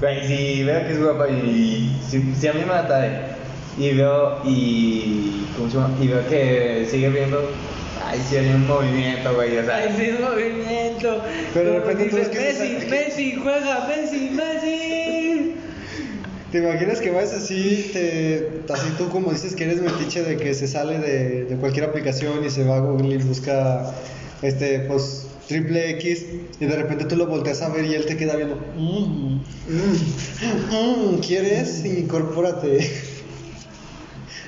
S2: Güey, si veo que es guapa y si, si a mí me atrae eh. Y veo, y. ¿Cómo se llama? Y veo que sigue viendo. Ay, sí, hay un movimiento, güey. O sea,
S1: Ay, sí, es movimiento.
S3: Pero de
S1: Como
S3: repente tú ves
S1: dice,
S3: que se
S1: Messi,
S3: saca-
S1: Messi, juega, Messi, Messi.
S3: ¿Te imaginas que vas así, te, así tú como dices que eres metiche de que se sale de, de cualquier aplicación y se va a Google y busca, este, pues, triple X y de repente tú lo volteas a ver y él te queda viendo, "Mm, mm, mm, ¿quieres? Incorpórate.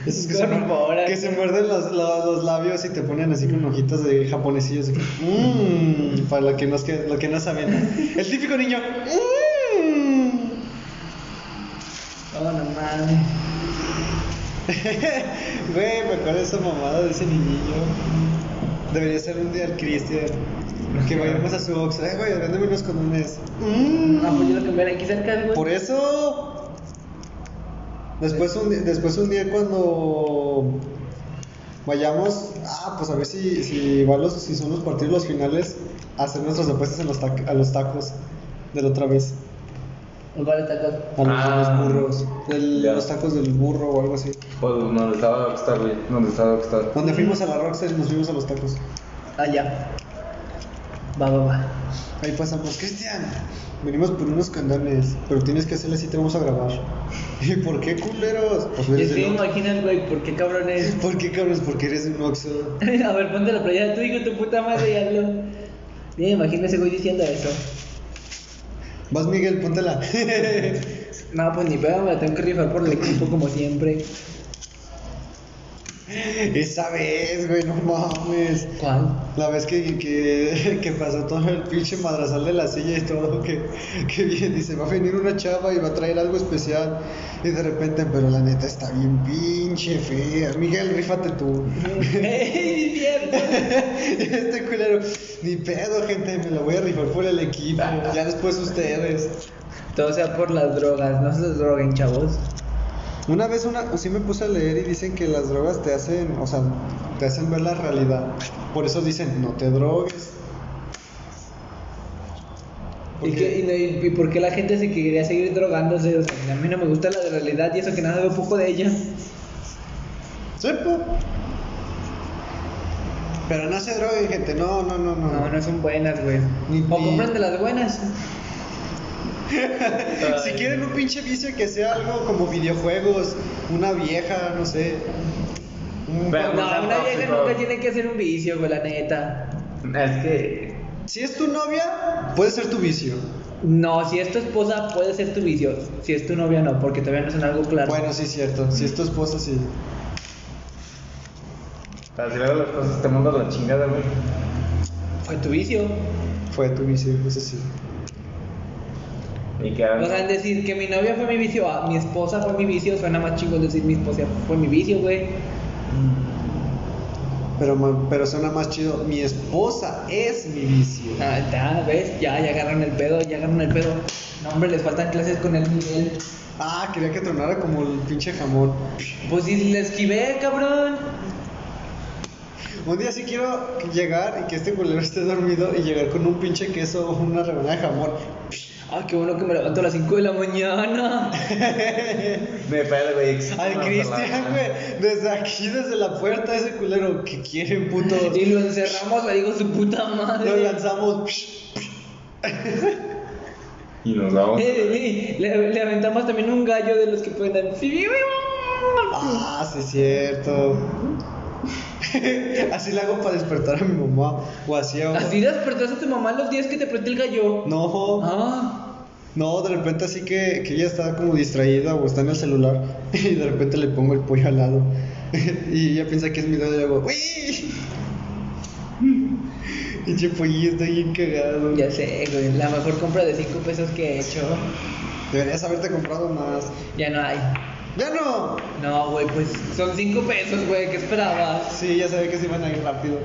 S3: Esos que se,
S1: Incorpórate.
S3: que se muerden los, los- los labios y te ponen así con ojitos de japonesillos. de que, "Mm", para lo que, no, que- lo que no saben. El típico niño. "Mm".
S1: Oh, no mames.
S3: Güey, me acuerdo de esa mamada de ese niñillo. Debería ser un día el Cristian. Que vayamos a su box. Ay, güey, véndeme unos condones. Mm.
S1: No, pues yo lo cambiaré aquí cerca, güey.
S3: Por eso. Después un, di- después un día cuando vayamos, ah, pues a ver si, si, va los, si son los partidos los finales, hacer nuestras apuestas en los tac- a los tacos de la otra vez.
S1: Nos vale tacos.
S3: A los,
S2: Ah.
S3: a los burros. del-
S2: Ya.
S3: los tacos del burro o algo así.
S2: pues donde estaba Rockstar, güey. Donde estaba Rockstar.
S3: Donde fuimos a la Rockstar y nos fuimos a los tacos.
S1: Ah, ya. Va, va, va.
S3: Ahí pasamos, Cristian, venimos por unos condones, pero tienes que hacerle así, te vamos a grabar. <laughs> ¿Y por qué culeros? Pues
S1: Y
S3: eres
S1: te
S3: de un-
S1: imaginas, güey, por qué cabrón es. <laughs>
S3: <laughs> ¿Por qué cabros? Porque eres de un Oxxo.
S1: A ver, ponte la playera tú, hijo de tu puta madre, y hazlo. Ya me imagino ese güey diciendo eso.
S3: Vas Miguel, póntela. <laughs>
S1: No, pues ni pedo, me la tengo que rifar por el equipo como siempre.
S3: Esa vez, güey, no mames.
S1: <laughs> ¿Cuál?
S3: La vez que, que, que pasó todo el pinche madrazal de la silla y todo, que, que bien, dice, va a venir una chava y va a traer algo especial. Y de repente, pero la neta está bien pinche fea. Miguel, rífate tú. <laughs>
S1: ¡Ey, cierto!
S3: Este culero, ni pedo, gente, me lo voy a rifar por el equipo. Ya después ustedes.
S1: Todo sea por las drogas, no se droguen, chavos.
S3: Una vez una, sí me puse a leer y dicen que las drogas te hacen, o sea, te hacen ver la realidad. Por eso dicen, no te drogues.
S1: ¿Y, qué- y no- y- y por qué la gente se quería seguir drogándose? O sea, a mí no me gusta la realidad y eso que nada veo poco de ella.
S3: Sepo. Pero no se droguen, gente, no, no, no, no.
S1: No, no son buenas, güey.
S3: Ni-
S1: O
S3: ni-
S1: compran de las buenas.
S3: Si quieren un pinche vicio que sea algo como videojuegos, una vieja, no sé. Un-
S2: Pero-
S1: No,
S2: no,
S1: una
S2: no,
S1: vieja
S2: no.
S1: nunca tiene que hacer un vicio, güey, la neta.
S2: Es que.
S3: Si es tu novia, puede ser tu vicio.
S1: No, si es tu esposa puede ser tu vicio, si es tu novia no, porque todavía no es en algo claro.
S3: Bueno, sí, cierto. Si es tu esposa, sí.
S2: Para si luego las cosas te mando la chingada, güey.
S1: fue tu vicio.
S3: Fue tu vicio, eso sí.
S2: Y que
S1: O sea, en decir que mi novia fue mi vicio, ah, mi esposa fue mi vicio, suena más chingón decir mi esposa fue mi vicio, güey.
S3: Pero, ma- pero suena más chido. Mi esposa es mi vicio.
S1: Ah, ya, ¿ves? Ya, ya agarraron el pedo, ya agarraron el pedo. No, hombre, les faltan clases con el Miguel.
S3: Ah, quería que tronara como el pinche jamón.
S1: Pues si le esquivé, cabrón.
S3: Un día sí quiero llegar y que este culero esté dormido y llegar con un pinche queso o una rebanada de jamón.
S1: Ay, Ah, qué bueno que me levanto a las 5 de la mañana.
S3: <laughs>
S2: Me pedo, güey.
S3: Al Cristian, güey. Desde aquí, desde la puerta, ese culero. ¿Qué quieren, puto?
S1: Y lo encerramos, le digo su puta
S3: Lo
S1: madre.
S3: lanzamos.
S2: Y nos vamos.
S1: Eh, eh, le, le aventamos también un gallo de los que pueden dar.
S3: Ah, sí, es cierto. <laughs> así le hago para despertar a mi mamá. O así hago.
S1: Así despertas a tu mamá los días que te prendí el gallo.
S3: No,
S1: Ah,
S3: no, de repente así que, que ella está como distraída o está en el celular <laughs> y de repente le pongo el pollo al lado <laughs> y ella piensa que es mi dedo y le hago ¡Uy! <laughs> Y yo, pollo, está bien cagado.
S1: ya sé, güey. La mejor compra de 5 pesos que he hecho.
S3: Deberías haberte comprado más.
S1: Ya no hay.
S3: ¡Ya no!
S1: No, güey, pues son 5 pesos, güey. ¿Qué esperabas?
S3: Sí, ya sabía que se iban a ir rápido.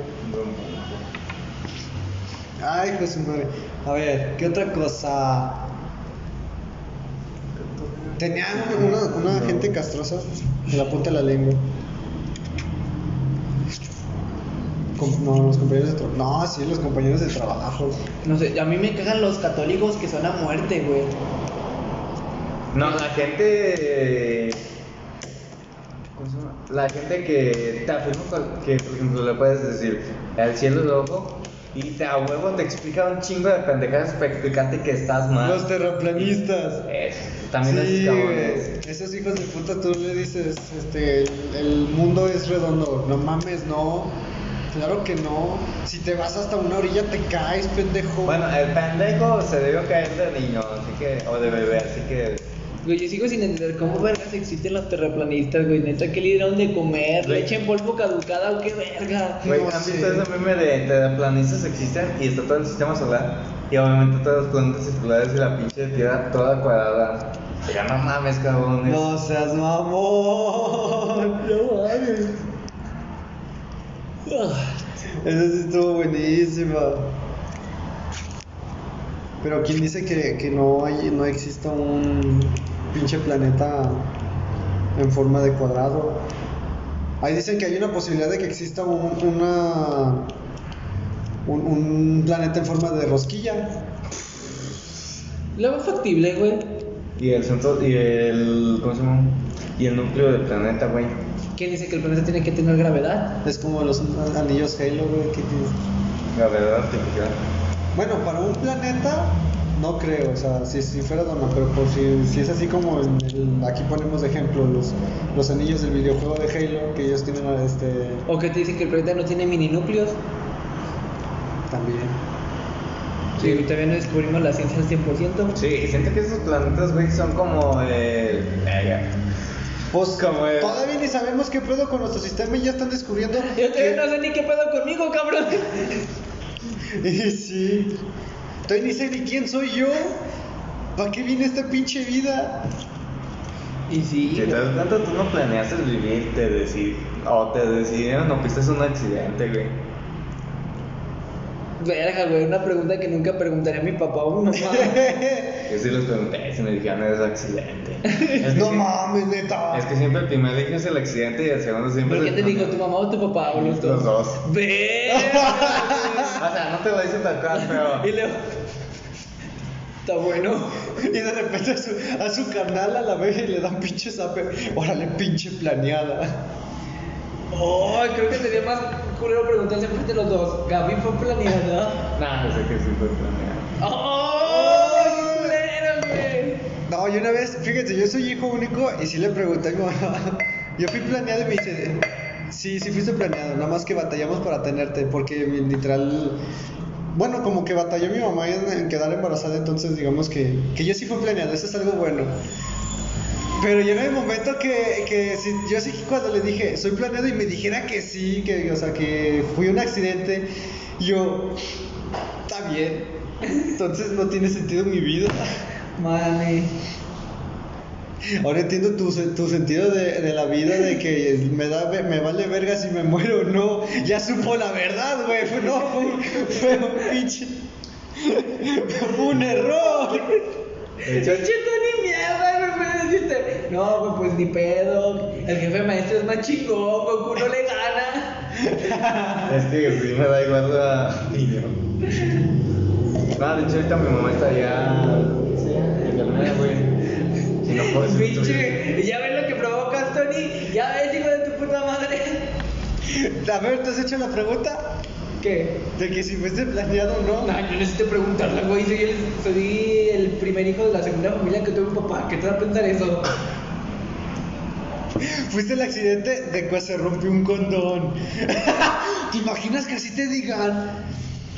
S3: Ay, hijo de su madre. A ver, ¿qué otra cosa? Tenían una, una gente castrosa en la punta de la lengua. Com- no, los compañeros de trabajo. No, sí, los compañeros de trabajo.
S1: No sé, a mí me cagan los católicos que son a muerte, güey.
S2: No, la gente. la gente que te afirma cual- que, por ejemplo, le puedes decir, el cielo es rojo, y te, a huevo te explica un chingo de pendejadas para explicarte que estás mal.
S3: Los terraplanistas.
S2: Es- también
S3: sí,
S2: es cabrones.
S3: güey, esos hijos de puta, tú le dices, este, el, el mundo es redondo. No mames, no. Claro que no. Si te vas hasta una orilla te caes, pendejo.
S2: Bueno, el pendejo se debió caer de niño, así que, o de bebé, así que...
S1: Güey, yo sigo sin entender cómo vergas existen los terraplanistas, güey. Neta, ¿qué le dieron de comer?
S2: Güey.
S1: ¿Leche en polvo caducada o qué verga?
S2: Güey,
S3: No
S2: ¿han
S3: sé.
S2: visto ese meme de terraplanistas existen y está todo el sistema solar? Y obviamente todos los planetas circulares y la pinche tierra toda cuadrada. Ya no mames, cabrones.
S3: No seas mamón.
S1: No mames. Ah,
S3: Esa sí estuvo buenísima. Pero ¿quién dice que, que no, hay, no exista un pinche planeta en forma de cuadrado? Ahí dicen que hay una posibilidad de que exista un, una, un, un planeta en forma de rosquilla.
S1: Lo más factible, güey.
S2: Y el centro, y el, ¿cómo se llama? Y el núcleo del planeta, güey.
S1: ¿Quién dice que el planeta tiene que tener gravedad?
S3: Es como los anillos Halo, güey. que tienes.
S2: La verdad artificial.
S3: Bueno, para un planeta no creo, o sea, si, si fuera Dona, pero por si, si es así como en el- aquí ponemos de ejemplo los, los anillos del videojuego de Halo, que ellos tienen este
S1: ¿O que te dicen que el planeta no tiene mini núcleos?
S3: también.
S1: Sí, todavía no descubrimos la ciencia al 100%.
S2: Sí, siento que esos planetas, güey, son como el.
S3: Pues
S2: Como el-
S3: todavía ni sabemos qué pedo con nuestro sistema y ya están
S2: <laughs>
S3: descubriendo.
S1: <laughs> Yo todavía
S3: que-
S1: no sé ni qué pedo conmigo, cabrón.
S3: <laughs> Y sí. Todavía ni sé ni quién soy yo. ¿Para qué viene esta pinche vida?
S1: Y sí.
S2: Si te
S1: güey.
S2: das cuenta, tú no planeaste vivir, te deci- o te decidieron, o fuiste un accidente, güey.
S1: Verga, güey. Una pregunta que nunca preguntaría a mi papá o a mi mamá.
S2: Yo sí les pregunté si me dijeron es accidente. <laughs> Es que
S3: no
S2: sí-
S3: mames, neta.
S2: Es que siempre el primer dije es el accidente y el segundo siempre
S1: ¿Pero qué
S2: es
S1: te
S2: el-
S1: dijo tu mamá o tu papá o los dos?
S2: Los dos.
S1: Verga,
S2: O sea, no te lo dicen tal cual, <laughs> pero.
S1: güey. Y luego. Está bueno.
S3: <laughs> Y de repente a su, a su carnal a la vez y le dan pinche zape. Órale, pinche planeada.
S1: Oh, creo que sería más culero preguntarse frente a los dos. Gaby fue planeada.
S2: Nah, yo sé que sí fue planeado.
S1: ¡Oh! qué culero, güey!
S3: No, yo una vez, fíjate, yo soy hijo único y sí le pregunté a mi mamá. <laughs> Yo fui planeado y me dice, sí, sí fuiste planeado, nada más que batallamos para tenerte, porque mi- literal, bueno, como que batalló mi mamá en, en quedar embarazada, entonces digamos que, que yo sí fui planeado, eso es algo bueno. Pero llega el momento que, que si- yo sí que cuando le dije, soy planeado y me dijera que sí, que, o sea, que fui un accidente, yo, está bien, entonces no tiene sentido mi vida.
S1: Mane.
S3: Ahora entiendo tu, sen- tu sentido de, de la vida, de que me, da, ve- me vale verga si me muero o no. Ya supo la verdad, güey. Fue, no, fue, un- fue un pinche. Fue un error.
S2: De hecho,
S1: Pinche Tony mierda, güey, pero dijiste, No, güey, pues ni pedo. El jefe maestro es más chingón, Goku no le gana.
S2: <laughs> es que sí me da igual la niño. No, de hecho, ahorita mi mamá está ya. Sí, enfermera, güey. Si no puedes.
S1: Pinche, ya ves lo que provocas, Tony. Ya ves, hijo de tu puta madre.
S3: A ver, ¿te has hecho la pregunta?
S1: ¿Qué?
S3: De que si fuiste planeado o no.
S1: No, yo necesito preguntarla, güey. Soy el, soy el primer hijo de la segunda familia que tuve un papá. ¿Qué te va a pensar eso?
S3: Fuiste el accidente de que se rompió un condón. <laughs> ¿Te imaginas que así te digan?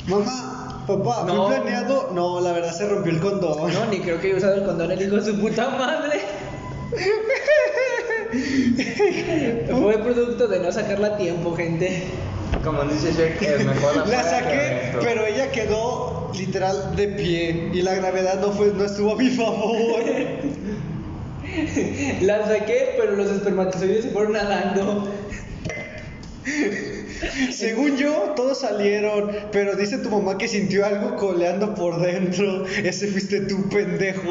S3: Mamá, papá, ¿fui
S1: No.
S3: planeado? No, la verdad se rompió el condón.
S1: <laughs> No, ni creo que haya usado el condón el hijo de su puta madre. Fue producto de no sacarla a tiempo, gente.
S2: Como dice Shrek, es mejor la
S3: La
S2: fuera que
S3: saqué,
S2: adentro.
S3: pero ella quedó literal de pie y la gravedad no fue no estuvo a mi <laughs> favor.
S1: La saqué, pero los espermatozoides se fueron nadando.
S3: Según yo, todos salieron, pero dice tu mamá que sintió algo coleando por dentro. Ese fuiste tú, pendejo.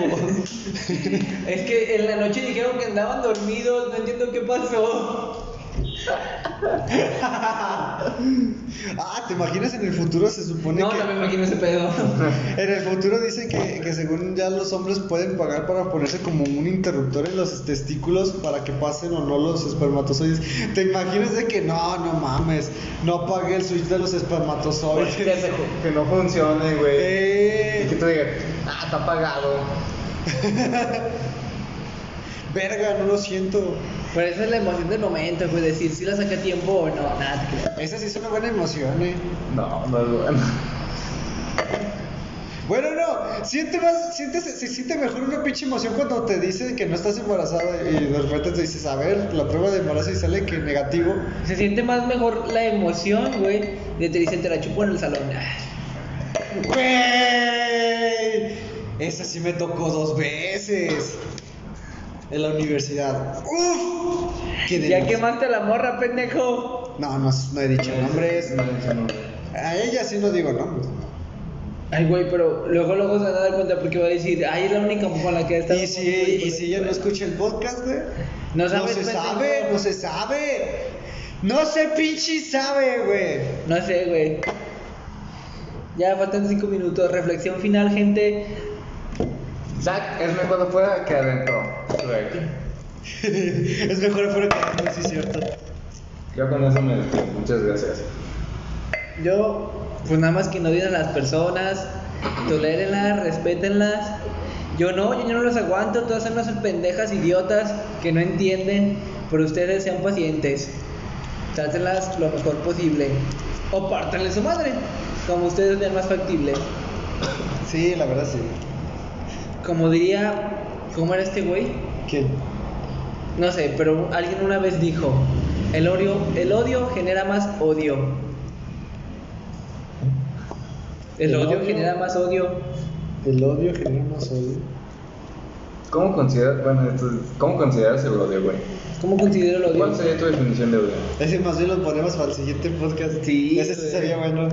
S1: Es que en la noche dijeron que andaban dormidos, no entiendo qué pasó.
S3: Ah, ¿te imaginas en el futuro se supone
S1: No,
S3: que...
S1: no me imagino ese
S3: <laughs>
S1: pedo.
S3: En el futuro dicen que, que según ya los hombres pueden pagar para ponerse como un interruptor en los testículos para que pasen o no los espermatozoides. ¿Te imaginas de que no, no mames, no pagué el switch de los
S1: Pues, Qué
S3: espermatozoides?
S1: pendejo.
S2: Que no funcione, güey. Y que
S3: Eh,
S2: te digan, ah, está apagado.
S3: verga, no lo siento.
S1: Pero esa es la emoción del momento, güey. Decir si la saqué a tiempo o no. Nada, te creas.
S3: Esa sí es una buena emoción, eh.
S2: No, no es bueno.
S3: Bueno, no, siente más, sientes, se siente mejor una pinche emoción cuando te dicen que no estás embarazada y de repente te dices, a ver, la prueba de embarazo y sale que negativo.
S1: Se siente más mejor la emoción, güey, de te dicen te la chupo en el salón. Ah,
S3: ¡Güey! Esa sí me tocó dos veces. En la universidad. ¡Uf! ¡Qué
S1: Ya
S3: delicia!
S1: quemaste a la morra, pendejo.
S3: No, no, no he dicho nombres.
S2: No es nombre.
S3: A ella sí no digo nombres.
S1: Ay, güey, pero luego luego se van a dar cuenta porque va a decir, ay, es la única con la que está.
S3: Y si, y si ella no escucha el podcast, güey.
S1: No sabes,
S3: se
S1: pendejo.
S3: sabe, no se sabe. No se pinche sabe, güey.
S1: No sé, güey. Ya faltan cinco minutos. Reflexión final, gente.
S2: Zack es mejor afuera que adentro. Güey.
S3: es mejor afuera que adentro, sí, cierto.
S2: Yo con eso me despido. Muchas gracias.
S1: Yo, pues nada más que no odien a las personas, tolérenlas, respétenlas. Yo no, yo no los aguanto, todas son unas pendejas idiotas que no entienden, pero ustedes sean pacientes. Trátenlas lo mejor posible. O pártanle su madre, como ustedes vean más factible.
S3: Sí, la verdad sí.
S1: Como diría, ¿cómo era este güey?
S3: ¿Quién?
S1: No sé, pero alguien una vez dijo, el odio, el odio genera más odio. El,
S3: ¿El
S1: odio,
S3: odio?
S1: genera más odio.
S3: El odio genera más odio.
S2: ¿Cómo consideras, bueno, esto es- ¿cómo consideras el odio, güey?
S1: ¿Cómo considero el
S2: ¿Cuál
S1: odio?
S2: sería tu definición de odio?
S3: Ese más bien lo ponemos para el siguiente podcast.
S1: Sí,
S3: Ese sí
S1: güey.
S3: sería bueno.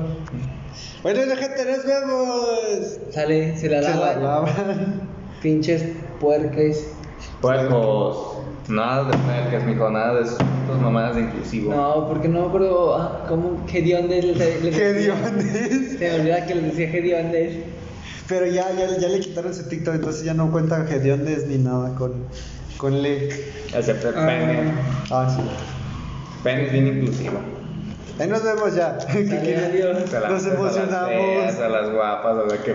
S3: Bueno, la gente, nos vemos.
S1: Sale, se la
S3: Se la
S1: lava.
S3: <laughs> lavan.
S1: Pinches puerques.
S2: Puercos. Pues, Nada de mercas, mijo, nada de sus putas mamadas de inclusivo.
S1: No, porque no me acuerdo ah, cómo hediondes les, les
S3: Qué
S1: decía. Se
S3: diondes.
S1: me olvida que les decía hediondes.
S3: Pero ya, ya, ya le quitaron ese TikTok, entonces ya no cuentan hediondes ni nada con, con le.
S2: Excepto el
S1: Ah.
S2: pene.
S3: Ah, sí.
S2: Pene es bien inclusivo.
S3: Ahí nos vemos ya. ¿Qué
S1: Sale,
S3: quieres?
S1: adiós.
S2: Se la-
S3: Nos
S2: se las feas,
S3: emocionamos.
S2: A las guapas, a las que